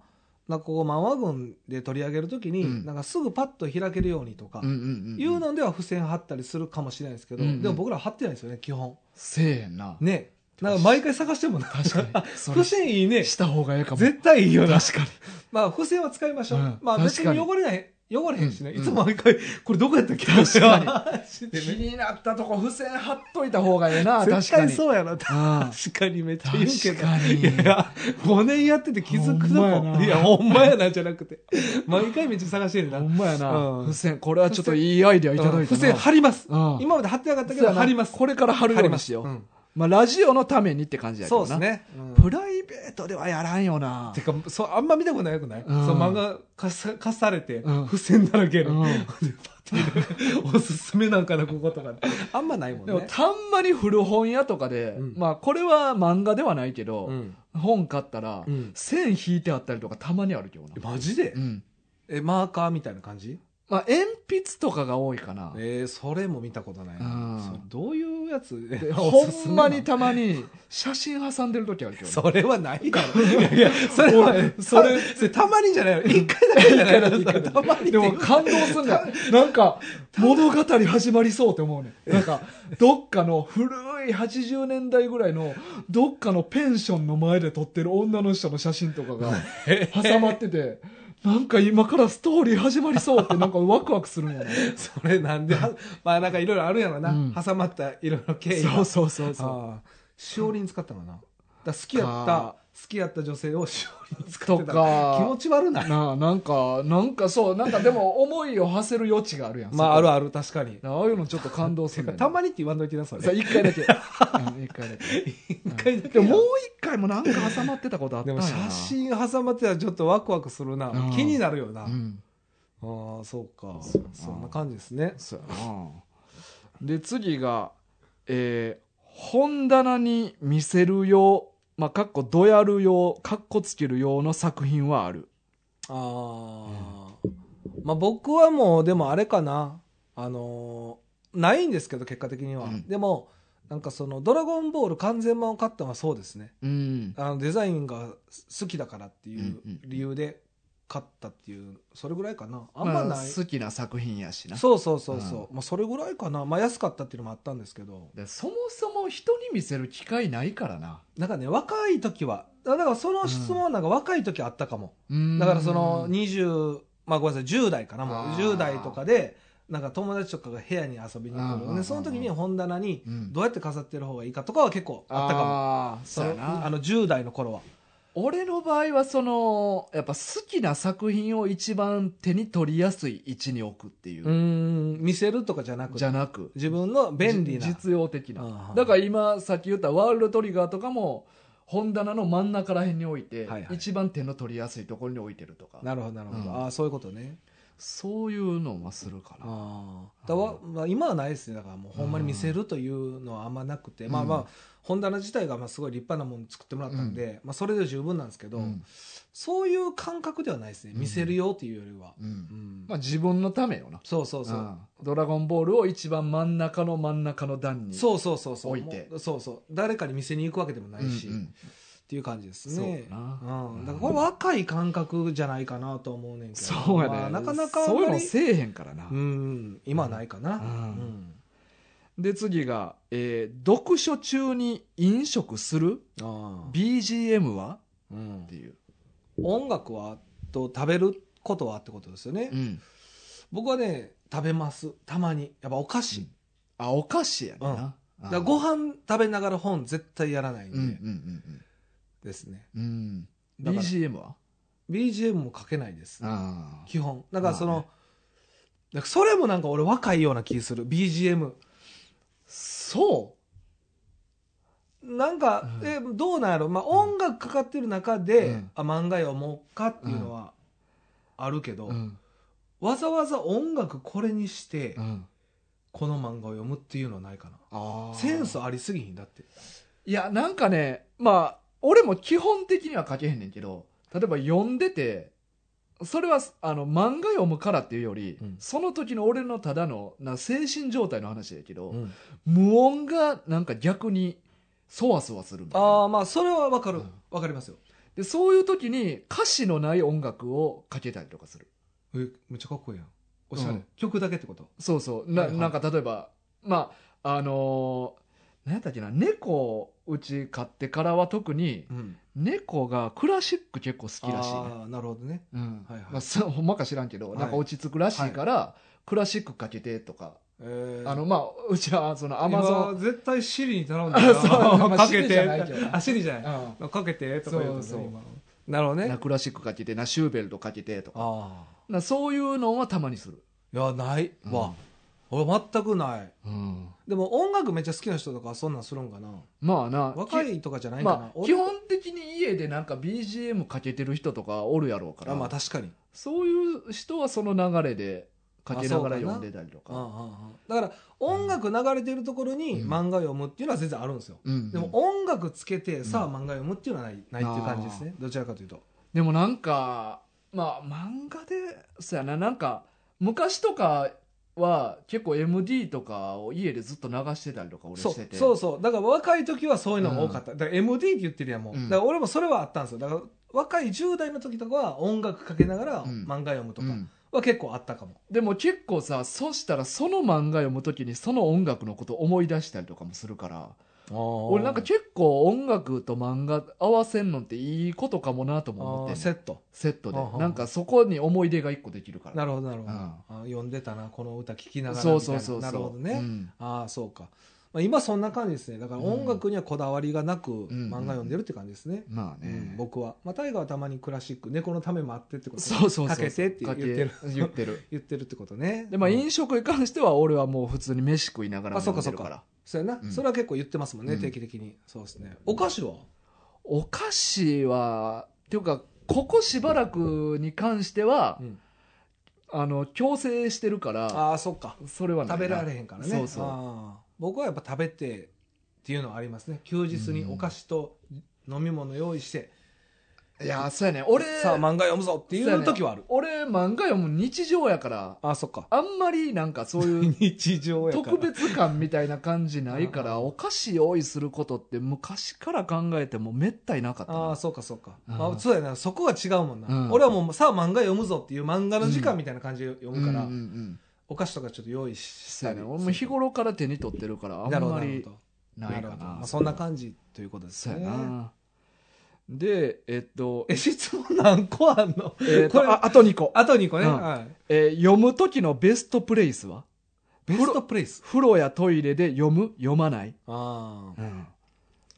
B: なんかこう漫画群で取り上げるときに、
A: うん
B: なんかすぐパッと開けるようにとか、
A: うんうんうん
B: いうのでは付箋貼ったりするかもしれないですけど、
A: うんうん
B: でも僕ら貼ってないですよね基本
A: せえへんな、
B: ねなんか毎回探してもな
A: 確かにそ
B: 付
A: れ
B: 箋いいね
A: した方がええかも
B: 絶対いいよな
A: 確かに
B: まあ付箋は使いましょう、
A: うん
B: まあ別
A: 確か
B: に
A: に
B: 汚れない汚れへんしね、
A: うん
B: いつも毎回これどこやったっけ
A: 確か
B: して
A: 気
B: ね
A: になったとこ付箋貼っといた方がええな確
B: 絶
A: かに
B: 対そうやな
A: あ
B: 確かにめっちゃ言うけど。
A: 確かに
B: いやいや、5年やってて気づくの
A: ほんまや
B: も。
A: ない
B: や、ほんまやな、じゃなくて。毎回めっちゃ探してる
A: あ
B: な。
A: ほんまやな、
B: うん
A: 付箋これはちょっといいアイデアいただいたな
B: 付箋貼ります。
A: うん
B: 今まで貼ってなかった
A: そ
B: け
A: う
B: ど、
A: やな
B: 貼ります。
A: これから貼るようにしよう
B: 貼ります
A: まあ、ラジオのためにって感じ
B: うん
A: やけ
B: そう
A: どな
B: ですね。
A: プライベートではやらんよな
B: てか、そう、あんま見たことなくないそ
A: うん
B: の漫画貸さ貸されて
A: うん、
B: 付箋だらけ
A: うん
B: の。でパッて見るおすすめなんかな、こことか。あんまないもん
A: でも
B: ね。
A: たんまに古本屋とかで、
B: うん
A: まあこれは漫画ではないけど、
B: うん
A: 本買ったら、
B: うん
A: 線引いてあったりとかたまにあるけどな、
B: マジで
A: うん
B: え、マーカーみたいな感じ
A: まあ、鉛筆とかが多いかな。
B: えー、それも見たことないな
A: うん
B: それどういうやつ
A: で
B: お
A: ほ
B: すす
A: ん
B: めな
A: ま
B: の
A: にたまに写真挟んでる時あるけどね、
B: それはないだろ。 いやいや、それは、それ、それたまにじゃないの。一回だけじゃないの。それたまにって
A: でも感動すんだよ。なんか、物語始まりそうって思うねん。なんか、どっかの古い80年代ぐらいの、どっかのペンションの前で撮ってる女の人の写真とかが挟まってて、なんか今からストーリー始まりそうってなんかワクワクするもんね。
B: それなんで、はまあなんかいろいろあるやろな。
A: うん
B: 挟まったいろいろ経緯が。
A: そうそうそうそう。
B: ああしおりに使ったのかな。だから好きやった
A: か、
B: 好きやった女性をしおりに使っ
A: と
B: てたら気持
A: か、
B: ち悪ない。
A: なあなんか、なんかそう、なんかでも思いを馳せる余地があるやん。
B: まあある
A: あ
B: ある、確かに。
A: ああいうのちょっと感動す
B: て
A: るんだ
B: か
A: よね
B: たまにって言わんといてな、そ
A: さ
B: れ。
A: 一回だけ。うん一回だけ。
B: 一回だけ
A: で
B: や。
A: ももう一回もなんか挟まってたことあった
B: で
A: ん
B: も
A: やな
B: 写真挟まってたらちょっとワクワクするな
A: うん。
B: 気になるよな。
A: うん
B: ああ、そうか。
A: そうやな
B: そんな感じですね。
A: そうやなで次が、えー本棚に見せる用まあかっこどやる用かっこつける用の作品はある
B: ああ、まあ僕はもうでもあれかなあのーないんですけど結果的には、
A: うん
B: でもなんかその「ドラゴンボール」完全版を買ったのはそうですね
A: うん
B: あのデザインが好きだからっていう
A: うんうん
B: 理由で買ったっていうそれぐらいかなあ
A: あ
B: ん
A: ん
B: ま
A: ま
B: ない、
A: あ、好きな作品やしな
B: そうそうそうそう、まあそれぐらいかなまあ安かったっていうのもあったんですけど
A: でそもそも人に見せる機会ないからな
B: なんかね若い時はだからその質問なんか若い時あったかも、だからその20、まあごめんなさい、10代かな、もう
A: あー
B: 10代とかで、なんか友達とかが部屋に遊びに
A: うんうんうん
B: 来
A: う
B: る。
A: ん
B: で、その時に本棚に
A: うん
B: どうやって飾ってる方がいいかとかは結構あったかも。
A: あー
B: そ
A: そうや
B: の
A: な
B: あの10代の頃は。
A: 俺の場合はそのやっぱ好きな作品を一番手に取りやすい位置に置くっていう
B: うーん、見せるとかじゃなく
A: じ
B: て、
A: ゃなく
B: 自分の便利な。
A: じ実用的な
B: あー
A: だから今さっき言ったワールドトリガーとかも本棚の真ん中らへんに置いて、
B: はいはい
A: 一番手の取りやすいところに置いてるとか
B: なるほど、なるほど。
A: うん
B: ああ、そういうことね。
A: そういうのはするかな
B: ああ。だわまあ、今はないですね。だからもうほんまに見せるというのはあんまなくて、
A: うん
B: まあまあ、本棚自体がまあすごい立派なもの作ってもらったんで、まあそれで十分なんですけど、
A: うん
B: そういう感覚ではないですね。
A: うん
B: 見せるよっていうよりは。
A: うん
B: うん
A: まあ、自分のためよな
B: そうそうそう。
A: うんドラゴンボール」を一番真ん中の真ん中の段に
B: そうそうそうそう。
A: 置いて
B: もうそうそう。誰かに見せに行くわけでもないし、
A: うんうん
B: っていう感じです
A: そう
B: ね。
A: やな
B: うん。だからこれ若い感覚じゃないかなとは思うねんけど。
A: そうやね、
B: まあなかなかあん
A: そういう
B: ま
A: の
B: り。
A: せえへんからな、
B: うん。今はないかな。う
A: うんん。で次が、えー読書中に飲食する
B: ああ
A: BGM は?」
B: うん
A: っていう、
B: 音楽はと食べることはってことですよね。
A: うん
B: 僕はね、食べます。たまに。やっぱお菓子。
A: あお菓子やねんな、
B: だ
A: あ
B: からご飯食べながら本絶対やらないんで、
A: うんうん
B: ですね。
A: うんうん
B: だから
A: BGM は
B: BGM もかけないです、
A: あ
B: 基本だからその、
A: まあね
B: だからそれもなんか俺若いような気する BGM
A: そ
B: なんか、
A: うん
B: えどうなんやろ、まあ、音楽かかってる中で、
A: うん
B: あ漫画読もうかっていうのはあるけど、
A: う、ん
B: わざわざ音楽これにして、
A: うん、
B: この漫画を読むっていうのはないか
A: あー
B: なセンスありすぎひんだって
A: いやなんかねまあ俺も基本的には書けへんねんけど例えば読んでてそれはあの漫画読むからっていうより、
B: うん
A: その時の俺のただのな精神状態の話やけど、
B: うん
A: 無音がなんか逆にそわそわするみたいな
B: ああまあそれはわかる
A: う
B: わ
A: ん、
B: かりますよ
A: でそういう時に歌詞のない音楽をかけたりとかする
B: えめっちゃかっこいいやんおしゃ
A: う
B: れ、
A: ん
B: 曲だけってこと
A: そうそうな,、
B: はいはい
A: なんか例えばまああのー、何やったっけな猫をうち飼ってからは特に
B: うん
A: 猫がクラシック結構好きらしいね、
B: ああなるほどね
A: うん
B: はいはい
A: まあ、そうほんまか知らんけど、
B: はい
A: なんか落ち着くらしいから、クラシックかけてとか、
B: えー
A: あのまあうちはそのアマゾン
B: 今絶対シリに頼んだ
A: あ そうまあ
B: か
A: シリ
B: け
A: じ
B: て
A: ゃないけどな
B: あシリじゃない
A: うん
B: かけてとか言うとね
A: そうそう
B: 今なるほど
A: な
B: ね
A: クラシックかけてなシューベルトかけてとか
B: ああ
A: なそういうのはたまにする、
B: いやないわ俺全くない
A: うん
B: でも音楽めっちゃ好きな人とかはそんなんするんかな
A: まあな
B: 若いとかじゃないかな
A: まあ、基
B: 俺
A: 本的に家でなんか BGM かけてる人とかおるやろうから、
B: あまあ確かに
A: そういう人はその流れでかけながら
B: あそうかな
A: 読んでたりと
B: うんう
A: か。
B: んうんだから音楽流れてるところに
A: うん
B: 漫画読むっていうのは全然あるんですよ
A: うん
B: でも音楽つけてさあ
A: うん
B: 漫画読むっていうのはないないっていう感じですねどちらかというと
A: でもなんかまあ漫画でそうやななんか昔とかは結構 MD とかを家でずっと流してたりとか俺
B: そう
A: してて
B: そうそうだから若い時はそういうのも多かった、だから MD って言ってるやんもう、
A: うん
B: だから俺もそれはあったんですよだから若い10代の時とかは音楽かけながら
A: うん
B: 漫画読むとか
A: うん
B: は結構あったかも、
A: でも結構さそしたらその漫画読む時にその音楽のこと思い出したりとかもするから俺なんか結構音楽と漫画合わせんのっていいことかもなとも思って
B: あー
A: んね
B: セット
A: セット
B: あーは
A: で
B: ー
A: なんかそこに思い出が一個できるから
B: なるほどなるほど、
A: うん
B: あ読んでたなこの歌聴きながらみたい
A: そ
B: な
A: うそうそうそう
B: なるほどね、
A: うん
B: ああそうか、まあ、今そんな感じですねだから音楽にはこだわりがなく、
A: ん
B: 漫画読んでるって感じですね、
A: まあ
B: うん
A: ね
B: 僕は、まあ、タイガーはたまにクラシック猫のためもあってってこと
A: そうそうそう
B: かけてって言ってる
A: かけ言ってる
B: 言ってるってことね
A: でまあ
B: うん
A: 飲食に関しては俺はもう普通に飯食いながら
B: あそう
A: 飲んで
B: かそう
A: る
B: か
A: から
B: そうやな、
A: うん
B: それは結構言ってますもんね、
A: うん
B: 定期的にそうですねお菓子は
A: お菓子はっていうかここしばらくに関しては、
B: うん
A: あの強制してるから
B: ああそっか
A: それはない
B: 食べられ
A: へん
B: へんからね
A: そうそう
B: ああ僕はやっぱ食べてっていうのはありますね休日にお菓子と飲み物用意して、
A: いやそうやね俺
B: さあ漫画読むぞっていう時はある、
A: 俺漫画読む日常やから
B: ああそっか
A: あんまりなんかそういう
B: 日常やから
A: 特別感みたいな感じないからお菓子用意することって昔から考えてもめったになかった
B: ああ
A: な
B: そうかそうか、
A: うん
B: まあ、そうやなそこが違うもんな、
A: うん
B: 俺はもうさあ漫画読むぞっていう漫画の時間みたいな感じで読むか
A: う
B: ら、
A: んうんうん
B: お菓子とかちょっと用意し
A: そう
B: た
A: や
B: り
A: ね俺も日頃から手に取ってるからあん
B: なるほど
A: ま
B: なる
A: り
B: ほど
A: ないか
B: るほどま
A: な
B: あ、そんな感じということです
A: そう
B: ね
A: やなでえっと
B: え質問何個あんの
A: えーと
B: これ
A: ああと2個、
B: あと2個ね、
A: うん
B: はい
A: えー読む時のベストプレイスは
B: ベストプレイス
A: 風呂やトイレで読む読まない、
B: あー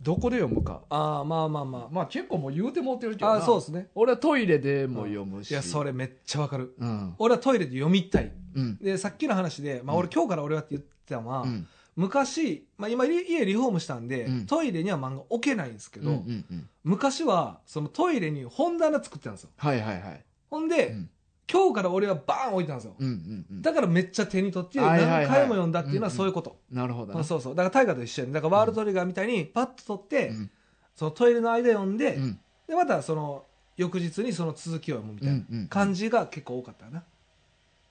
A: どこで読むか
B: あーまあまあま
A: まあ結構もう言うてもうてるけ
B: あ
A: どな
B: あーそうですね
A: 俺はトイレでも読むし、
B: いやそれめっちゃわかる
A: うん
B: 俺はトイレで読みたい
A: うん
B: でさっきの話で、まあ、俺、今日から俺はって言ってたのは、
A: うん
B: 昔、まあ、今リ家リフォームしたんで、
A: うん
B: トイレには漫画置けないんですけ
A: うん
B: ど、
A: うんうん
B: 昔はそのトイレに本棚作ってたんですよ
A: はいはいはい
B: ほんで、
A: うん
B: 今日から俺はバーン置いたんですよ、
A: うんうんうん
B: だからめっちゃ手に取って
A: はい
B: 何
A: はいはい
B: 回も読んだっていうのはそういうこと、
A: なるほどな
B: あそうそうだから大河と一緒にだからワールドトリガーみたいにパッと取って、
A: うん
B: そのトイレの間読んで、
A: うん
B: でまたその翌日にその続きを読むみた
A: う
B: いなん
A: うん
B: 感じが結構多かったな、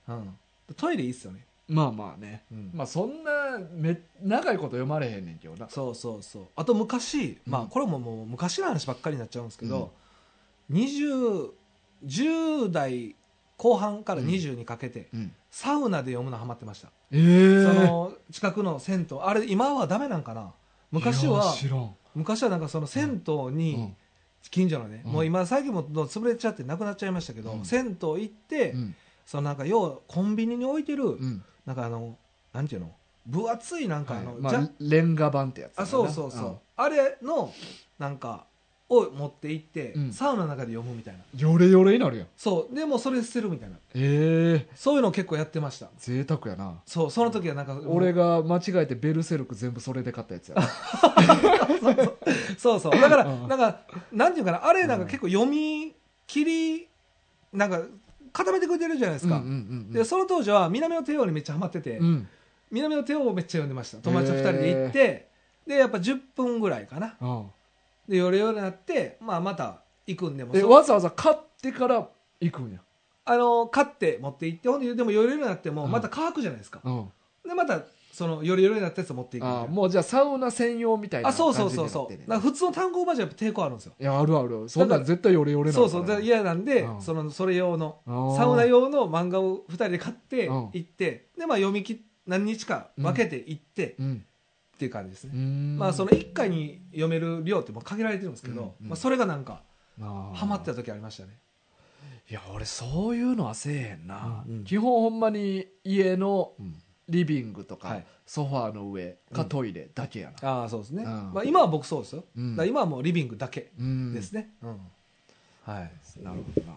B: うん、トイレいいっすよね、
A: まあまあね
B: うん
A: まあそんなめ長いこと読まれへんねんけどな
B: そうそうそうあと昔、まあ
A: うん
B: これももう昔の話ばっかりになっちゃうんですけど、20 10代後半から20にかけて、
A: うん
B: サウナで読むのハマってました、
A: ええ
B: その近くの銭湯あれ今はダメなんかな昔は
A: 知らん、
B: 昔はなんかその銭湯に、
A: うん
B: 近所のね、
A: うん
B: もう今最近もう潰れちゃってなくなっちゃいましたけど、
A: うん
B: 銭湯行って、
A: うん
B: そのなんか要はコンビニに置いてる、
A: うん
B: なんかあのなんていうの分厚いなんかあ
A: はい
B: の、
A: ま
B: じゃ
A: あレンガ版ってやつだ
B: あ
A: な
B: そうそうそう、あれのなんかを持って行って、
A: うん
B: サウナの中で読むみたいな
A: うんヨレヨレになるやん
B: そうでもうそれ捨てるみたいな
A: ええ
B: そういうのを結構やってました
A: 贅沢やな
B: そうその時はなんか
A: 俺が間違えてベルセルク全部それで買ったやつやな
B: そうそうだから、
A: うん
B: なんかなんていうかなあれなんか
A: うん
B: 結構読み切りなんか固めてくれてるじゃないですか、
A: うんうんうんうん
B: でその当時は南の帝王にめっちゃハマってて、
A: うん
B: 南の帝王をめっちゃ読んでました友達と2人で行ってでやっぱ10分ぐらいかな
A: うん
B: で夜夜になって、まあ、また行くんでも
A: え
B: そう
A: わざわざ買ってから行くんや
B: あの買って持って行ってほんででも夜夜になっても
A: うん
B: また乾くじゃないですか、
A: うん
B: でまたその夜夜になったやつを持っていくみたい
A: あ
B: な
A: ーもうじゃあサウナ専用みたい
B: あ
A: な
B: そ
A: 感
B: う
A: じに
B: そ
A: な
B: う
A: って
B: そ
A: ね
B: うそうだから普通の単語オーバーじゃやっぱ抵抗あるんですよ
A: いやあるあるそんな
B: だか
A: ん
B: ら
A: 絶対ヨレヨレな
B: そ
A: る
B: う
A: から
B: そうだから嫌なんで、
A: うん
B: そのそれ用の
A: あー
B: サウナ用の漫画を2人で買って
A: うん
B: 行って、でまあ読み切何日か分けて行ってっ
A: うん
B: ていう感じですね、
A: うーん
B: まあその1回に読める量ってもう限られてるんですけど、
A: うんうん
B: まあ、それがなんか
A: あー
B: ハマってた時ありましたね
A: いや俺そういうのはせえへんな、
B: うんうん
A: 基本ほんまに家のリビングとか、
B: はい
A: ソファーの上か
B: うん
A: トイレだけやな、
B: ああそうですね、
A: うん
B: まあ、今は僕そうですよ、
A: うん
B: だから今はもうリビングだけ
A: うん
B: ですね、うんはい
A: なるほどな、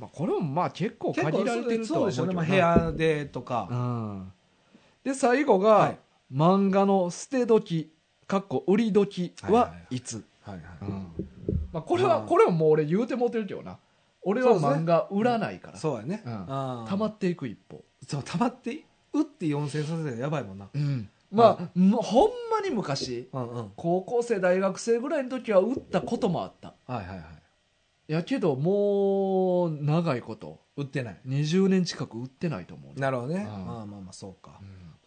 A: まあ、これもまあ結構限られてるとは
B: そう
A: 思うけど
B: でしょうね、
A: な
B: まあ、部屋でとか、
A: うんで最後が、
B: はい
A: 漫画の捨て時かっこ売り時はいつ、
B: はいはい
A: うんまあ、これは、
B: うん
A: これはもう俺言うてもうてるけどな俺は
B: そうですね
A: 漫画売らないから、
B: そうやね、
A: うん
B: ああ
A: 溜まっていく一方
B: そうたまって打って4000冊でやばいもんな
A: まあ、もうほんまに昔
B: うんうん
A: 高校生大学生ぐらいの時は打ったこともあった
B: はいはいはい
A: やけどもう長いこと
B: 売ってない
A: 20年近く売ってないと思うね、
B: なるほどね
A: ああ
B: まあまあまあそうか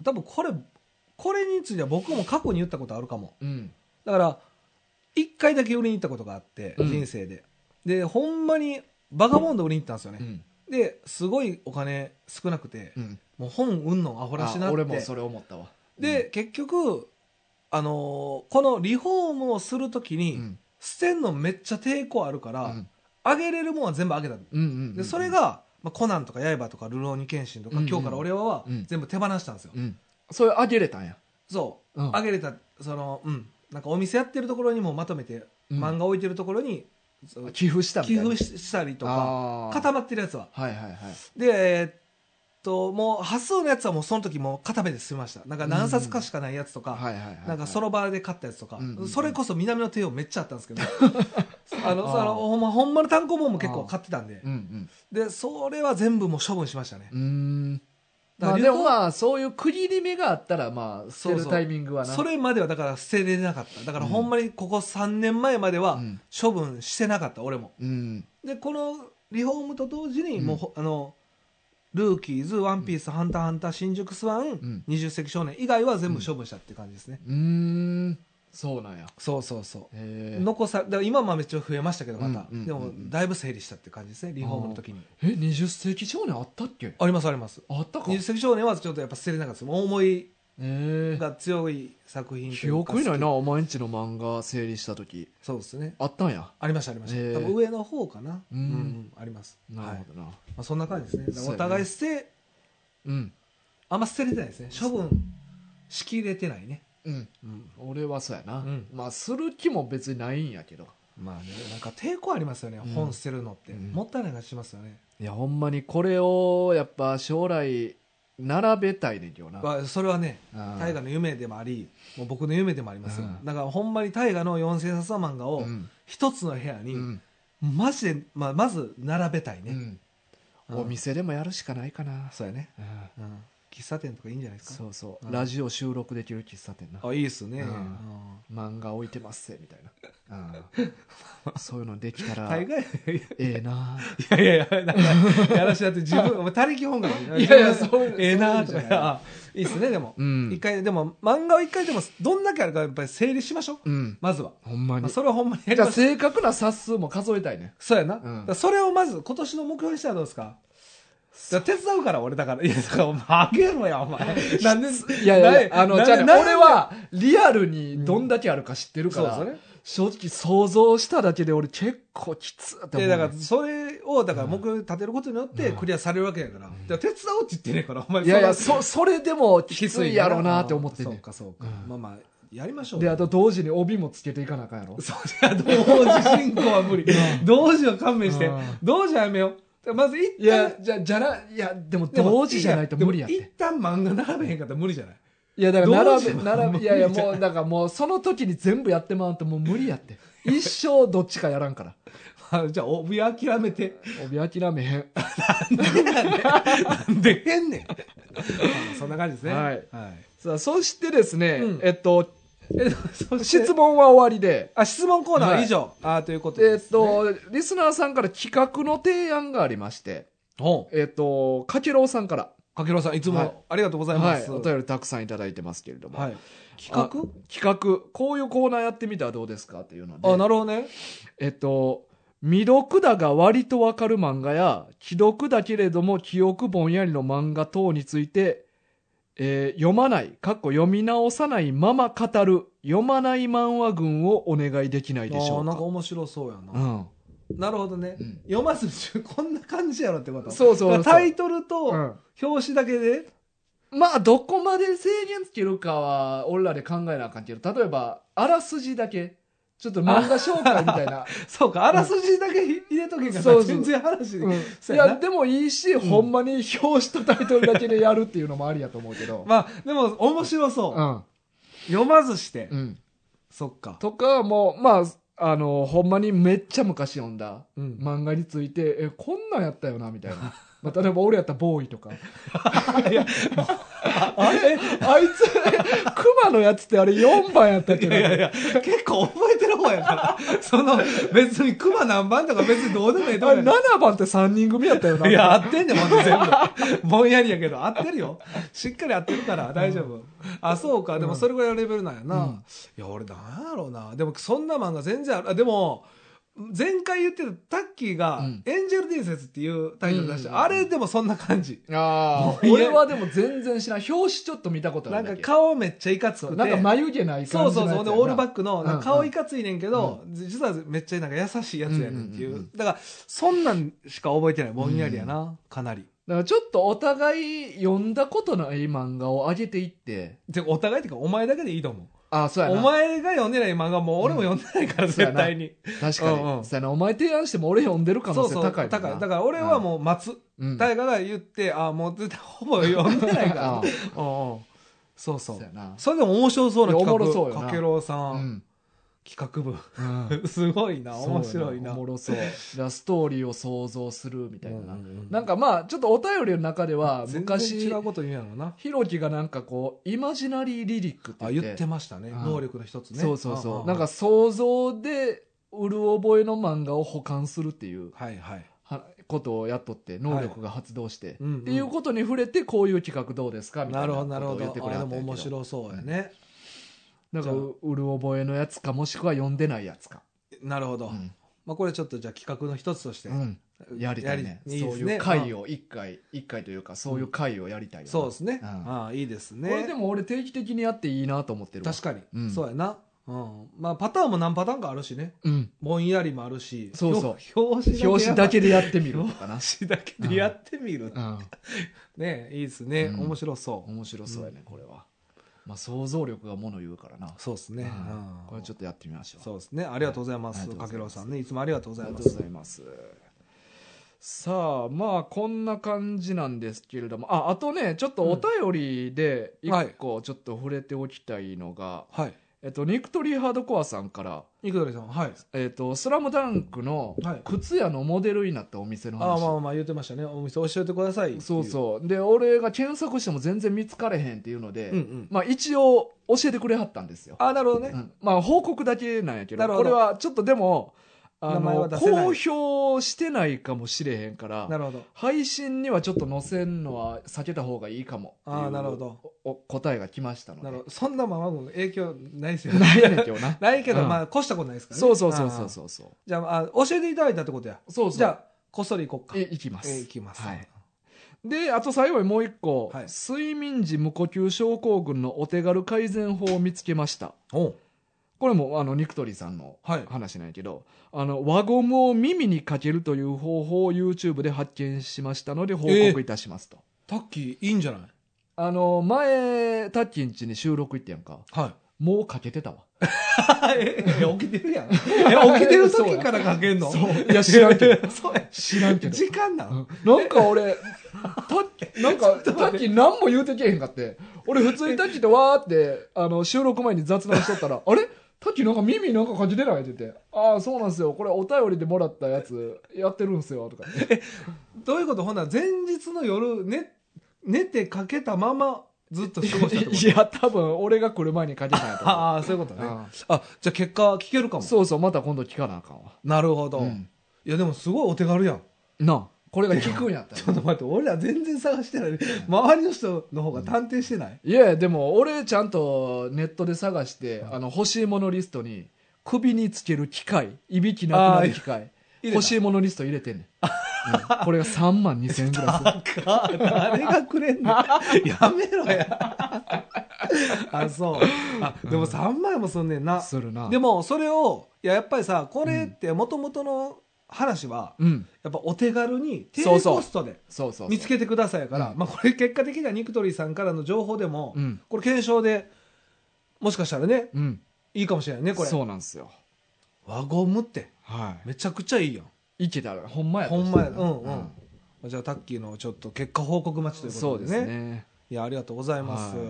B: 多分これこれについては僕も過去に言ったことあるかも
A: うんうん
B: だから1回だけ売りに行ったことがあって、
A: うん
B: 人生ででほんまにバカボンド売りに行ったんですよね
A: う、ん
B: ですごいお金少なくて、
A: うん
B: もう本売んのアホらしいな
A: あ
B: って
A: 俺もそれ思ったわ
B: で、結局あのーこのリフォームをするとき
A: う
B: に、
A: ん
B: 捨てんのめっちゃ抵抗あるから、
A: うん
B: あげれるもんは全部あげたの
A: うんうんうんうん
B: でそれが、まあ、コナンとか刃とかルローニケンシンとか、
A: うんうん
B: 今日から俺はは
A: うん
B: 全部手放したんですよ、
A: うんそれあげれたんや
B: そううあげれたそのうんなんかお店やってるところにもまとめて、
A: うん
B: 漫画置いてるところにそう
A: 寄付したみたい
B: 寄
A: な
B: 付ししたりとか
A: あー
B: 固まってるやつは
A: はいはいはい
B: でえーっともう端数のやつはもうその時もう片目で済みましたなんか何冊かしかないやつとか、
A: はいはいはいはい
B: なんかその場で買ったやつとか、
A: うんうんうん
B: それこそ南の帝王めっちゃあったんです けどあの
A: あー
B: そのほんまほんまの単行本も結構買ってたんで
A: うん
B: でそれは全部もう処分しましたね
A: うんうーん
B: だ
A: ま
B: か
A: あ
B: ら
A: で
B: 旅行
A: もまあそういう区切り目があったらまあ捨てるタイミングはな
B: それまではだから捨てれなかっただからほんまにここ3年前まで
A: う
B: は
A: ん
B: 処分してなかった俺も
A: うん
B: でこのリフォームと同時に
A: うん
B: もうほ、あのルーキーズ、ワンピース、ハンターハンター、新宿スワン、
A: ん
B: 20世紀少年以外は全部処分したって感じですね。
A: うーんそうなんや
B: そうそうそう。
A: へー
B: 残さだから今はめっちゃ増えましたけどまた、
A: うんうんうん
B: でもだいぶ整理したって感じですねリフォームの時に
A: え20世紀少年あったっけ
B: ありますあります
A: あったか
B: 二十世紀少年はちょっとやっぱ捨てれなかったです思い
A: ええ
B: が強い作品とい
A: 記
B: うか
A: 憶にないな
B: 好き
A: お前んちの漫画整理した時
B: そうですね
A: あったんや
B: ありましたありました、
A: へえ
B: 多分上の方かな
A: うん
B: うんあります
A: な
B: は
A: る
B: いま
A: ほどな、
B: あ、そんな感じですねだから
A: そう
B: お
A: やね
B: 互い捨て
A: うん
B: あんま捨てれてないですね処分しきれてないね、
A: うん俺はそうやな、
B: うん
A: まあする気も別にないんやけど
B: まあねなんか抵抗ありますよね、
A: うん
B: 本捨てるのって、
A: うん
B: もったいない感じしますよね、
A: いやほんまにこれをやっぱ将来並べたいねんけどな
B: まあそれはね
A: うん
B: 大河の夢でもありもう僕の夢でもありますよ、
A: うん
B: だからほんまに大河の4000冊の漫画
A: う
B: を
A: ん
B: 一つの部屋
A: う
B: に、
A: ん
B: マジで、まあ、まず並べたいね、
A: うん
B: うん
A: お店でもやるしかないかな、
B: そうやね、
A: うん
B: うん喫茶店とかいいんじゃないですか
A: そうそう、
B: うん
A: ラジオ収録できる喫茶店な
B: あいいっすね、
A: うん
B: うん
A: 漫画置いてますぜみたいな、うん そういうのできたら
B: 大
A: え
B: 概い
A: えな
B: やいやいやなんかやらしだって自 分お前他力本願
A: いやいやそう
B: ええなと
A: そういうんじゃ
B: か
A: ない
B: あいいっすねでも、
A: うん
B: 一回でも漫画を一回でもどんだけあるかやっぱり整理しましょう、
A: うん
B: まずは、
A: ほんま
B: ま
A: に
B: あ、それはほんまにやり
A: じゃ
B: ま
A: あ
B: しょう
A: 正確な冊数も数えたいね
B: そうやな。
A: ん
B: だからそれをまず今年の目標にしたらどうですかだから手伝うから俺だから。いや、だからお前、あげろや、お 前。なんで、
A: いやいやいや
B: な
A: あの
B: な
A: じゃあね
B: なんで
A: 俺はリアルにどんだけあるか知ってるから、
B: うんそうですよね
A: 正直想像しただけで俺結構きつって思
B: いうや
A: ね
B: だからそれを、だから目標に立てることによって
A: うん
B: クリアされるわけやから。だから手伝おうって言ってねえから、お前。
A: いやいや
B: そ
A: そそれでも
B: れ
A: きついやろうなって思って
B: そう
A: ね
B: か、そうか
A: う。ん
B: まあまあ、やりましょう。
A: であと同時に帯もつけていかなあかんやろ
B: そうじゃ同時進行は無理
A: う。
B: 同時は勘弁して
A: うん。
B: 同時はやめよう。まず一旦。
A: いやじゃじゃないやでも
B: でも
A: 同時じゃないと無理やって
B: いやでも一旦漫画並べへんかったら無理じゃない
A: いやだから
B: 同
A: 並
B: 時
A: べ
B: も
A: 並べいやいやもうだからもうその時に全部やってもらうともう無理や って一生どっちかやらんから
B: あじゃあ、帯諦めて。
A: 帯諦めへん
B: なんでへんねん。 まあそんな感じですね。
A: はいさあそしてですね、
B: うん
A: えっと
B: えそして
A: 質問は終わりで
B: あ、質問コーナー
A: は
B: はい以上。あということ
A: え
B: で
A: っ
B: すね、
A: とリスナーさんから企画の提案がありまして
B: ほ
A: えっとかけろうさんから
B: うかけろさん、いつ
A: はい
B: もありがとうございま
A: はい
B: す。
A: お便りたくさんいただいてますけれども、
B: はい企
A: 企画こういうコーナーやってみたらどうですかっていうので
B: 画あ、なるほどね。
A: えっと、未読だが割とわかる漫画や、既読だけれども記憶ぼんやりの漫画等について、えー読まない、かっこ読み直さないまま語る、読まない漫画群をお願いできないでし
B: あ
A: ょ
B: ー
A: う
B: なん
A: か
B: か。面白そうや
A: う
B: な。
A: ん。
B: なるほどね
A: うん。
B: 読まずに、こんな感じやろってこと。
A: そうそうそう
B: だからタイトル
A: う
B: と
A: ん
B: 表紙だけで、
A: まあ、どこまで制限つけるかは、俺らで考えなあかんけど、例えば、あらすじだけ、ちょっと漫画紹介みたいな。
B: そうか、あらすじだけ入れとけんか
A: そ
B: ら
A: うそう
B: 全然話で
A: うん
B: そう
A: い
B: やな
A: や、でもいいし、ほんまに表紙とタイトルだけでやるっていうのもありやと思うけど。
B: まあ、でも面白 そう。
A: うん。
B: 読まずして
A: う。ん。
B: そっか。
A: とか、もう、まあ、あの、ほんまにめっちゃ昔読んだ
B: うん
A: 漫画について、え、こんなんやったよな、みたい な。まあ、例えば俺やったらボーイとか。 あれあいつ、熊のやつってあれ4番やったっけ
B: いやいやい
A: ど
B: や、結構覚えてる方やから。その、別に熊何番とか別にどうでもいいと
A: あ
B: こ
A: れ
B: や
A: 7番って3人組やったよな。
B: いや、合ってんねん、ほんと全部。ぼんやりやけど、合ってるよ。しっかり合ってるから、大丈夫。あ、そうか。でも、それぐらいのレベルなんやな。
A: うん
B: いや、俺、なんやろうな。でも、そんな漫画全然ある。あ、でも、前回言ってたタッキーが、
A: うん
B: エンジェル伝説っていうタイトル出して、
A: うんうんうん
B: あれでもそんな感じ。
A: あ
B: ー
A: 俺はでも全然知らん。表紙ちょっと見たことあ
B: な
A: る
B: ん
A: だ
B: か
A: け。
B: 顔めっちゃいかつくて。
A: なんか眉毛ない
B: そ
A: 感
B: う
A: じの
B: そう
A: やつやな。
B: そうでオールバックのな
A: う
B: んか
A: ん
B: 顔
A: うん
B: いかついねんけど、実はめっちゃなんか優しいやつやねんっていう,、
A: うんうんうん
B: だからそんなんしか覚えてないぼんやりやな、かなり
A: だからちょっとお互い読んだことない漫画を上げていって。
B: でお互いっていうかお前だけでいいと思う
A: ああ、そうや
B: お
A: な。
B: 前が読んでない漫画もう俺も読んでないから、絶対に
A: 確かに。
B: うんうん
A: そうやな。お前提案しても俺読んでる可
B: そ
A: 能
B: う
A: 性
B: そう
A: 高いもんな
B: だから俺はもう待つ
A: うん。
B: 大河が言って、ああもう絶対ほぼ読んで ないから
A: ああ
B: うんうんそうそ
A: そうや
B: う
A: な。
B: それでも面白そうな企
A: いやおもろそう
B: 画
A: よな
B: かけろうさ、
A: うんん。う
B: 企
A: ん
B: 画部すごいな
A: そうや
B: 面白いな
A: おもろそう。だからストーリーを想像するみたいな。
B: うんうんうん
A: なんかまあ、ちょっとお便りの中では、
B: 全
A: 昔
B: 然違、うこと言うんやろうな
A: ひろきがなんかこう、イマジナリーリリックって
B: あ
A: 言
B: 言
A: って。
B: ってましたね
A: うん
B: 能力の一つね
A: そうそうそう。なん
B: は
A: か想像で、うる覚えの漫画を保管するっていう
B: いはい
A: はことをやっとって、能力が発動して。っ
B: っ
A: ていうことに触れて、こういう企画どうですかみた
B: ないる
A: な
B: ほ
A: こ
B: どなる
A: と
B: ほ
A: を
B: ど
A: 言ってくれた
B: あで
A: んだけ
B: も
A: ど
B: 面白そうやね
A: なんか
B: じゃあ
A: ううる覚えのやつかもしくは読んでないやつか、
B: なるほ
A: う
B: ど
A: ん
B: まあこれちょっとじゃあ企画の一つとして
A: うんやりたいね
B: いいで
A: そう
B: す
A: いう
B: ね
A: 回を一回一回というかそういう回をやりたいよな
B: そうですね
A: うん
B: ああいいです
A: これ
B: ね
A: でも俺定期的にやっていいなと思ってるわ
B: 確か
A: う
B: に
A: ん
B: そうやなうんまあパターンも何パターンかあるしね
A: うん
B: ぼんやりもあるし
A: そうそう
B: う表紙
A: 表紙だけでやってみる
B: 表
A: とかな、
B: 紙だけでやってみる
A: うん、
B: ねいいですね
A: うん
B: 面白そう
A: 面白そうやねこれは、まあ、想像力がもの言うからな、
B: そうですね
A: うん
B: うん
A: これちょっとやってみましょう
B: そうですねありがとうございま
A: はいあ
B: す
A: りがとうご
B: か
A: ざ
B: け
A: い
B: ろ
A: ま
B: う
A: す
B: さんねいつもありがとうご
A: あ
B: ざい
A: りがと
B: ます
A: うございます。さあ、まあ、こんな感じなんですけれども、あ、あとね、ちょっとお便りで、
B: うんはい
A: 一個ちょっと触れておきたいのが、
B: はい
A: えっと、ニクトリーハードコアさんから、
B: 肉鳥さんはい
A: えっと、スラムダンクの
B: はい
A: 靴屋のモデルになったお店の
B: ああま
A: 話。
B: あまあ言ってましたねお店教えてくださいってい
A: そうそう。で、俺が検索しても全然見つかれへんっていうので、
B: うんうん
A: まあ、一応教えてくれはったんですよ。
B: ああなるほどね、
A: うんまあ報告だけなんやけど
B: なるほ
A: こ
B: ど
A: れはちょっとでもあ
B: 名前は
A: の
B: 出せない
A: 公表してないかもしれへんから
B: なるほど
A: 配信にはちょっと載せんのは避けた方がいいかもっていう
B: ああなるほど
A: おお答えが来ましたの
B: なるほ
A: で
B: どそんなままも影響ないですよね
A: ないやねん今日な
B: ないけど、
A: うん
B: まあ越したことないですからね
A: そうそうそうそう
B: う
A: そうそう
B: じゃああ教えていただいたってことや
A: そうそう
B: じゃあこっそり行こっか
A: いいきま
B: え
A: す
B: いきます、
A: はいであと最後にもう一個、
B: はい
A: 睡眠時無呼吸症候群のお手軽改善法を見つけました
B: おう
A: これもあのニクトリさんの
B: はい
A: 話なんやけど、あの輪ゴムを耳にかけるという方法を YouTube で発見しましたので報告いたしますと、
B: タッキーいいんじゃない
A: あの前タッキン家に収録行ってやんか
B: はい
A: もうかけてたわ
B: え起きてるやん え起きてる時からかけんの
A: そういや知らんけど
B: そうや
A: 知らんけど
B: 時間なの、
A: なんか俺、 た、なんか、タッキー何も言うてけへんかって。俺普通にタッキーとわーって、あの、収録前に雑談しとったら、 あれタッキーなんか耳なんかかけてないって言って、ああ、そうなんすよ。これお便りでもらったやつやってるんすよ。とか。
B: どういうことほんなら前日の夜、ね、寝てかけたままずっと過ごしたってこ
A: い
B: と
A: や、多分俺が来る前にかけたんやと思う
B: ああ、そういうこと ね。
A: あ
B: あじゃあ結果聞けるかも。
A: そうそう、また今度聞かなあかんわ。
B: なるほど、
A: うん
B: いや、でもすごいお手軽やん。
A: なあ、これが聞くんやったら
B: ちょっと待って、俺ら全然探してない。周りの人の方が探偵してない、
A: いや、でも俺ちゃんとネットで探して、あの、欲しいものリストに、首につける機械、いびきなくなる機械、
B: 入れた
A: 欲しいものリスト入れてんねん。 うんこれが3万2千円ぐらいする。
B: あかん誰がくれん のやめろや。 あ、そう。あ、でも3枚もすんねんな。
A: するな。
B: でもそれを、いや、やっぱりさ、これって元々の話は、
A: うん。
B: やっぱお手軽に低
A: そ
B: コ
A: うそう
B: ストで。
A: そうそうそう。
B: 見つけてくださいやから、
A: うん
B: まあ、これ結果的にはニクトリさんからの情報でも、
A: うん。
B: これ検証でもしかしたらね
A: うん。
B: いいかもしれないねこれ
A: そうなんですよ。
B: 輪ゴムって
A: は
B: めちゃくちゃいいやん
A: い。いけたら、ほんまやと
B: ほ
A: し
B: ん
A: た
B: ま
A: ら
B: やうんうん、じゃあタッキーのちょっと結果報告待ちと
A: う
B: い
A: ん
B: うこ
A: そ
B: と
A: う
B: で
A: で
B: ね
A: すね。
B: いやありがとうございます、
A: はい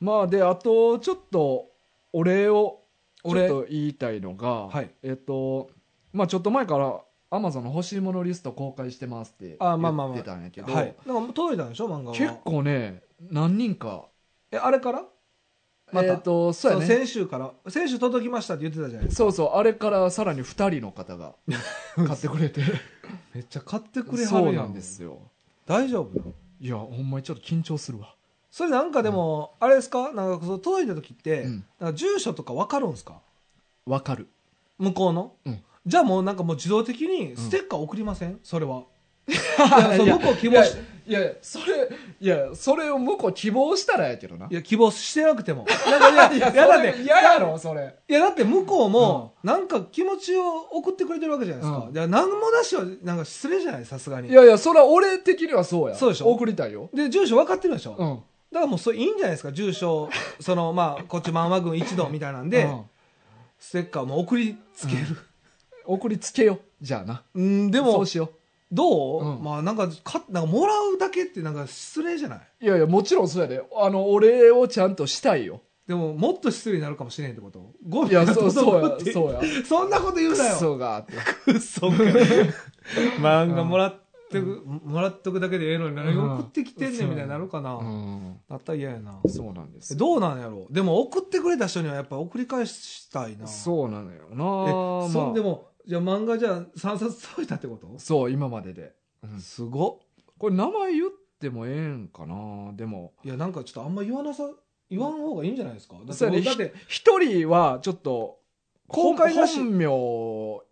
A: まあ、で、あと、ちょっと、お礼を、ちょ
B: 俺
A: っと言いたいのが、
B: はい
A: えっと、まあ、ちょっと前から、アマゾンの欲しいものリスト公開してますって
B: あまあまあ
A: 言っ
B: まあ
A: てたんやけど、
B: はい、なんか届いたんでしょ漫画は
A: 結構ね、何人か、
B: えあれからまた
A: えっ、とそう
B: そ
A: や
B: う
A: ね
B: 先週から先週届きましたって言ってたじゃないですか
A: そうそうあれからさらに2人の方が買ってくれて
B: めっちゃ買ってくれは
A: そう
B: るや
A: なんんですよ
B: 大丈夫なの
A: いやほんまにちょっと緊張するわ
B: それなんかでも、あれですかなんかその届いた時って、
A: うん
B: なんか住所とか分かるんですか
A: わかる
B: 向こうの、
A: うん
B: じゃあもうなんかもう自動的にステッカー送りません、それは
A: いや
B: そう向こう希望し
A: いやいやそれいやそれを向こう希望したらやけどない
B: や希望してなくてもなん かいやいやだっ
A: それ
B: て
A: 嫌やろそれ
B: いやだって向こうもなんか気持ちを送ってくれてるわけじゃないですか、
A: うん
B: いや何もなしはなんか失礼じゃないさすがに
A: いやいやそれは俺的にはそうや
B: そうでしょ
A: 送りたいよ
B: で住所分かってるでしょ、
A: う
B: だ
A: ん
B: からもうそれいいんじゃないですか住 所そのまあこっち漫画軍一同みたいなんで、
A: うん
B: ステッカーも送りつける、
A: 送りつけようじゃあな
B: うん、で
A: そ
B: も
A: うしよ
B: どう、
A: うん
B: まあなんかかなんかもらうだけってなんか失礼じゃないう
A: いやいやもちろんそうやであのお礼をちゃんとした いよ
B: でももっと失礼になるかもしれんってことゴ
A: いやそうそう
B: 届くって
A: やそうや
B: そんなこと言うなよ
A: そう がって
B: ク ソか漫画もらってく、もらっとくだけでええのに何
A: うん
B: 送ってきてんねんみたいになるかな、
A: うん
B: だったら嫌やな
A: そうなんです
B: どうなんやろうでも送ってくれた人にはやっぱ送り返したいなう
A: そうなのよな
B: えそ
A: まあ
B: んでもじゃあ漫画じゃあ3冊届いたってこと
A: そう今までで、うん
B: すご
A: これ名前言ってもええんかなでも
B: っいやなんかちょっとあんま言わなさ言わん方がいいんじゃないですかだって
A: そうやね
B: だって
A: 一人はちょっと
B: 公開なし
A: 本名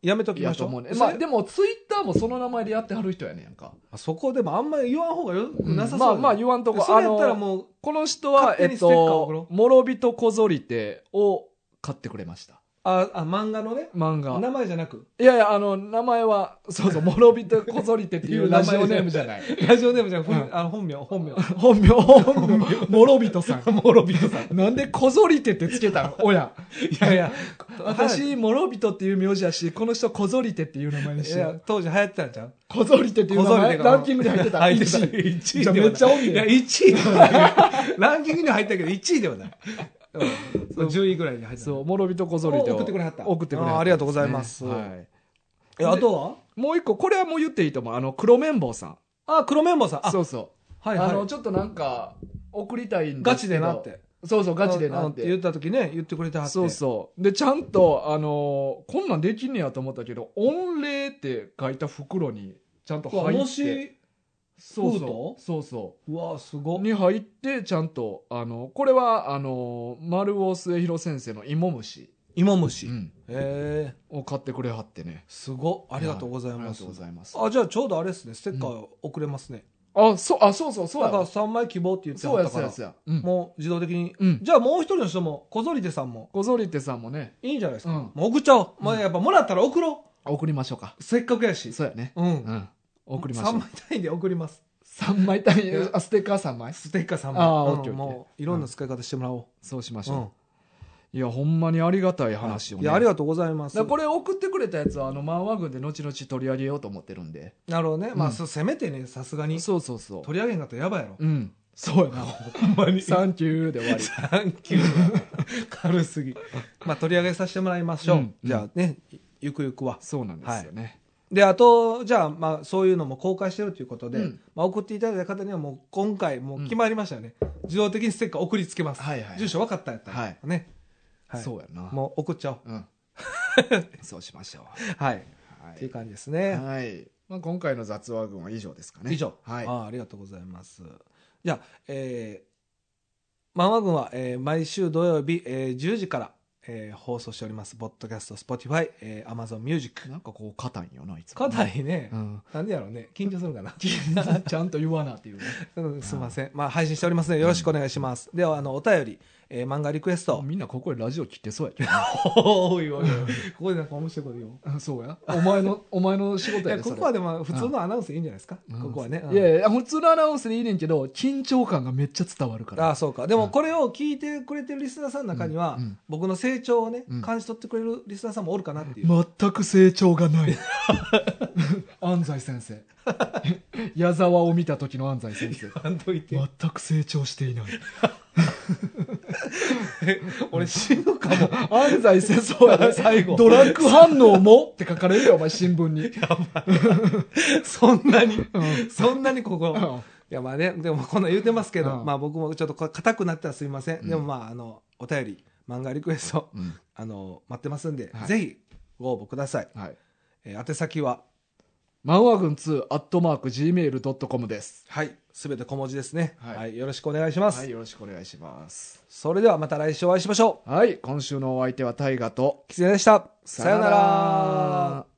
B: やめときま
A: や
B: し
A: と
B: ょう
A: 思うね、
B: そ
A: まあ、
B: れ
A: でもツイッターもその名前でやってはる人やねんか、
B: あそこでもあんまり言わん方がよくなさそう
A: ま
B: だ
A: あ
B: ね
A: まあ言わんとこ
B: そ
A: あ
B: れやったら
A: の
B: もう
A: この人は
B: 勝手
A: え
B: に
A: っ
B: ステッカー送ろう
A: と「諸人こぞりて」を買ってくれました
B: ああ漫画のね
A: 漫画
B: 名前じゃなく
A: いやいやあの名前はそう そう「諸人こぞりて」ってい
B: いうう名
A: ラ
B: 前
A: ジオネームじゃない
B: ラジオネームじゃなく、
A: うん
B: あの本名 本名
A: 本名本名 諸人さん
B: モロビトさんい
A: なんでこぞりてってつけたの 親
B: やいや
A: 私、モロビトっていう名字やし、この人、コゾリテっていう名前に
B: い
A: して
B: や
A: る。
B: 当時流行ってたんちゃう
A: コゾリテっていう名前ランキングに入 ってた。
B: 入ってた
A: 1
B: 1位
A: じゃあ
B: で
A: め
B: は
A: っちゃおんねん
B: いや1位ではない ランキングには入ったけど1位ではないうんそう10位ぐらいに入
A: 位。
B: ってた
A: そう、モロビトコゾリテを
B: お送ってくれはった
A: 送ってくれはった
B: あーありがとうございます
A: はい
B: えあとは
A: もう一個、これはもう言っていいと思う。あの、黒綿棒さん。
B: あ黒綿棒さんあ
A: そうそ
B: は
A: う。
B: い
A: あ
B: は
A: の、
B: い
A: ちょっとなんか、送りたいんですけど
B: ガチでなって。
A: そうそう、ガチで
B: あ
A: な
B: の
A: っ
B: って言
A: て。
B: った時ね言ってくれてはって
A: そうそう。で、ちゃんと、あの、こんなんできんねやと思ったけど、御礼って書いた袋に、ちゃんと
B: うわ
A: 入
B: も
A: って。
B: し
A: そう
B: 封
A: そう。そうそう。
B: うわすご
A: に入ってちゃんとあのこれはあの丸尾末広先生の芋虫、
B: 芋虫
A: う
B: へ
A: ん、
B: え
A: を買ってくれはってね
B: すごありがとうござい
A: あり
B: ま
A: が
B: す
A: とうございます
B: あじゃあちょうどあれですねステッカー送れますね、
A: あそうあそうそうそう
B: だ
A: や
B: から
A: わ
B: 3枚希望って言って
A: そう
B: はっ
A: や
B: た
A: そ
B: か
A: う
B: ら
A: やそうやうん
B: もう自動的に、
A: うん
B: じゃあもう一人の人も小ぞり手さんも
A: 小ぞりてさんもね
B: いいんじゃないです
A: う
B: か、
A: ん
B: もう送っちゃおう、ま
A: う
B: あ、
A: ん
B: やっぱもらったら送ろ
A: 送りましょうか
B: うせっかくやし
A: そうやね
B: うん、
A: うん送りましょ
B: 3
A: う
B: 枚単位で送ります
A: 3枚単位あステッカー3枚
B: ステッカー3枚
A: あー
B: う
A: オ
B: ん
A: ッケーオッケー
B: もういろんな使い方してもらお
A: そうしまし
B: う、うん
A: ょういやほんまにありがたい話を
B: い
A: ね
B: やありがとうございます
A: だからこれ送ってくれたやつはあの漫画群で後々取り上げようと思ってるんで
B: なるほどね、ま
A: う
B: あ
A: ん
B: そうせめてねさすがに
A: そうそうそ
B: 取り上げんかったらやばいやろ
A: ううんそうやな
B: ほんまに
A: サンキューで終 わり
B: サンキュー。軽すぎ。まあ、取り上げさせてもらいましょう。
A: うん
B: じゃあね、ゆくゆくは。
A: そうなんですよね、
B: で、あと、じゃあ、まあ、そういうのも公開してるということで、
A: うん
B: まあ、送っていただいた方にはもう、今回、もう決まりましたよね、自動的にステッカー送りつけます。
A: はいはい
B: 住所分かったやったら。
A: はい
B: ね。はい。
A: そうやな。
B: もう送っちゃおう。
A: うん。そうしましょう。
B: はい。
A: は
B: っていう
A: い。
B: 感じですね。
A: はい。まあ今回の雑話群は以上ですかね。
B: 以上。
A: はい。
B: ああありがとうございます。じゃあ、えー、漫画軍は、えー毎週土曜日、えー10時から、えー放送しております。ポッドキャスト、Spotify、えー Amazon Music。
A: なんかこう硬いんよな、いつもね
B: 硬。いね
A: う。ん。
B: なんでやろうね。緊張するかな。
A: ちゃんと言わな っていうね。
B: うんすいません。まあ、配信しておりますので、よろしくお願いします。では、あの、お便り、えー漫画リクエスト。
A: みんなここでラジオ切ってそうやけどな
B: おいおいおい。ここでなんか面白いこと言おう。
A: うん。そうや。お前の、お前の仕
B: い
A: 事や
B: や
A: で
B: こ
A: そ
B: こは
A: れ
B: でも普通のアナウンスいいんじゃないですか、
A: うん
B: ここはね、うん
A: いやいや、普通のアナウンスでいいねんけど、緊張感がめっちゃ伝わるから。
B: ああそうかで
A: う
B: も
A: ん
B: これを聞いてくれてるリスナーさんの中には、
A: うんうん
B: 僕の成長をね、
A: うん
B: 感じ取ってくれるリスナーさんもおるかなっていう、
A: 全く成長がない。 安西先生。 矢沢を見た時の安西先生。
B: あんといて
A: 全く成長して いない。
B: 俺死ぬかも
A: 安西先生やね
B: 最後
A: ドラッグ反応 もって書かれるよ、お前新聞に。
B: そんなにそんなにここ
A: うん
B: いやまあね、でもこんなん言うてますけど、
C: うん
B: まあ僕もちょっとこ硬くなったらすみません。でもまあ、あの、お便り、漫画リクエスト、
A: うん
B: あの、待ってますんで、
A: はい
B: ぜひご応募ください。
A: はい。
B: えー宛先は、
A: マンワ軍2アットマーク Gmail.com です。
B: はい、すべて小文字ですね、は。
A: はいい
B: よろしくお願いします、
A: はい、よろしくお願いします。
B: それではまた来週お会いしましょ
A: はい、今週のお相手はタイガと、
B: う。キツネでした。さようなら。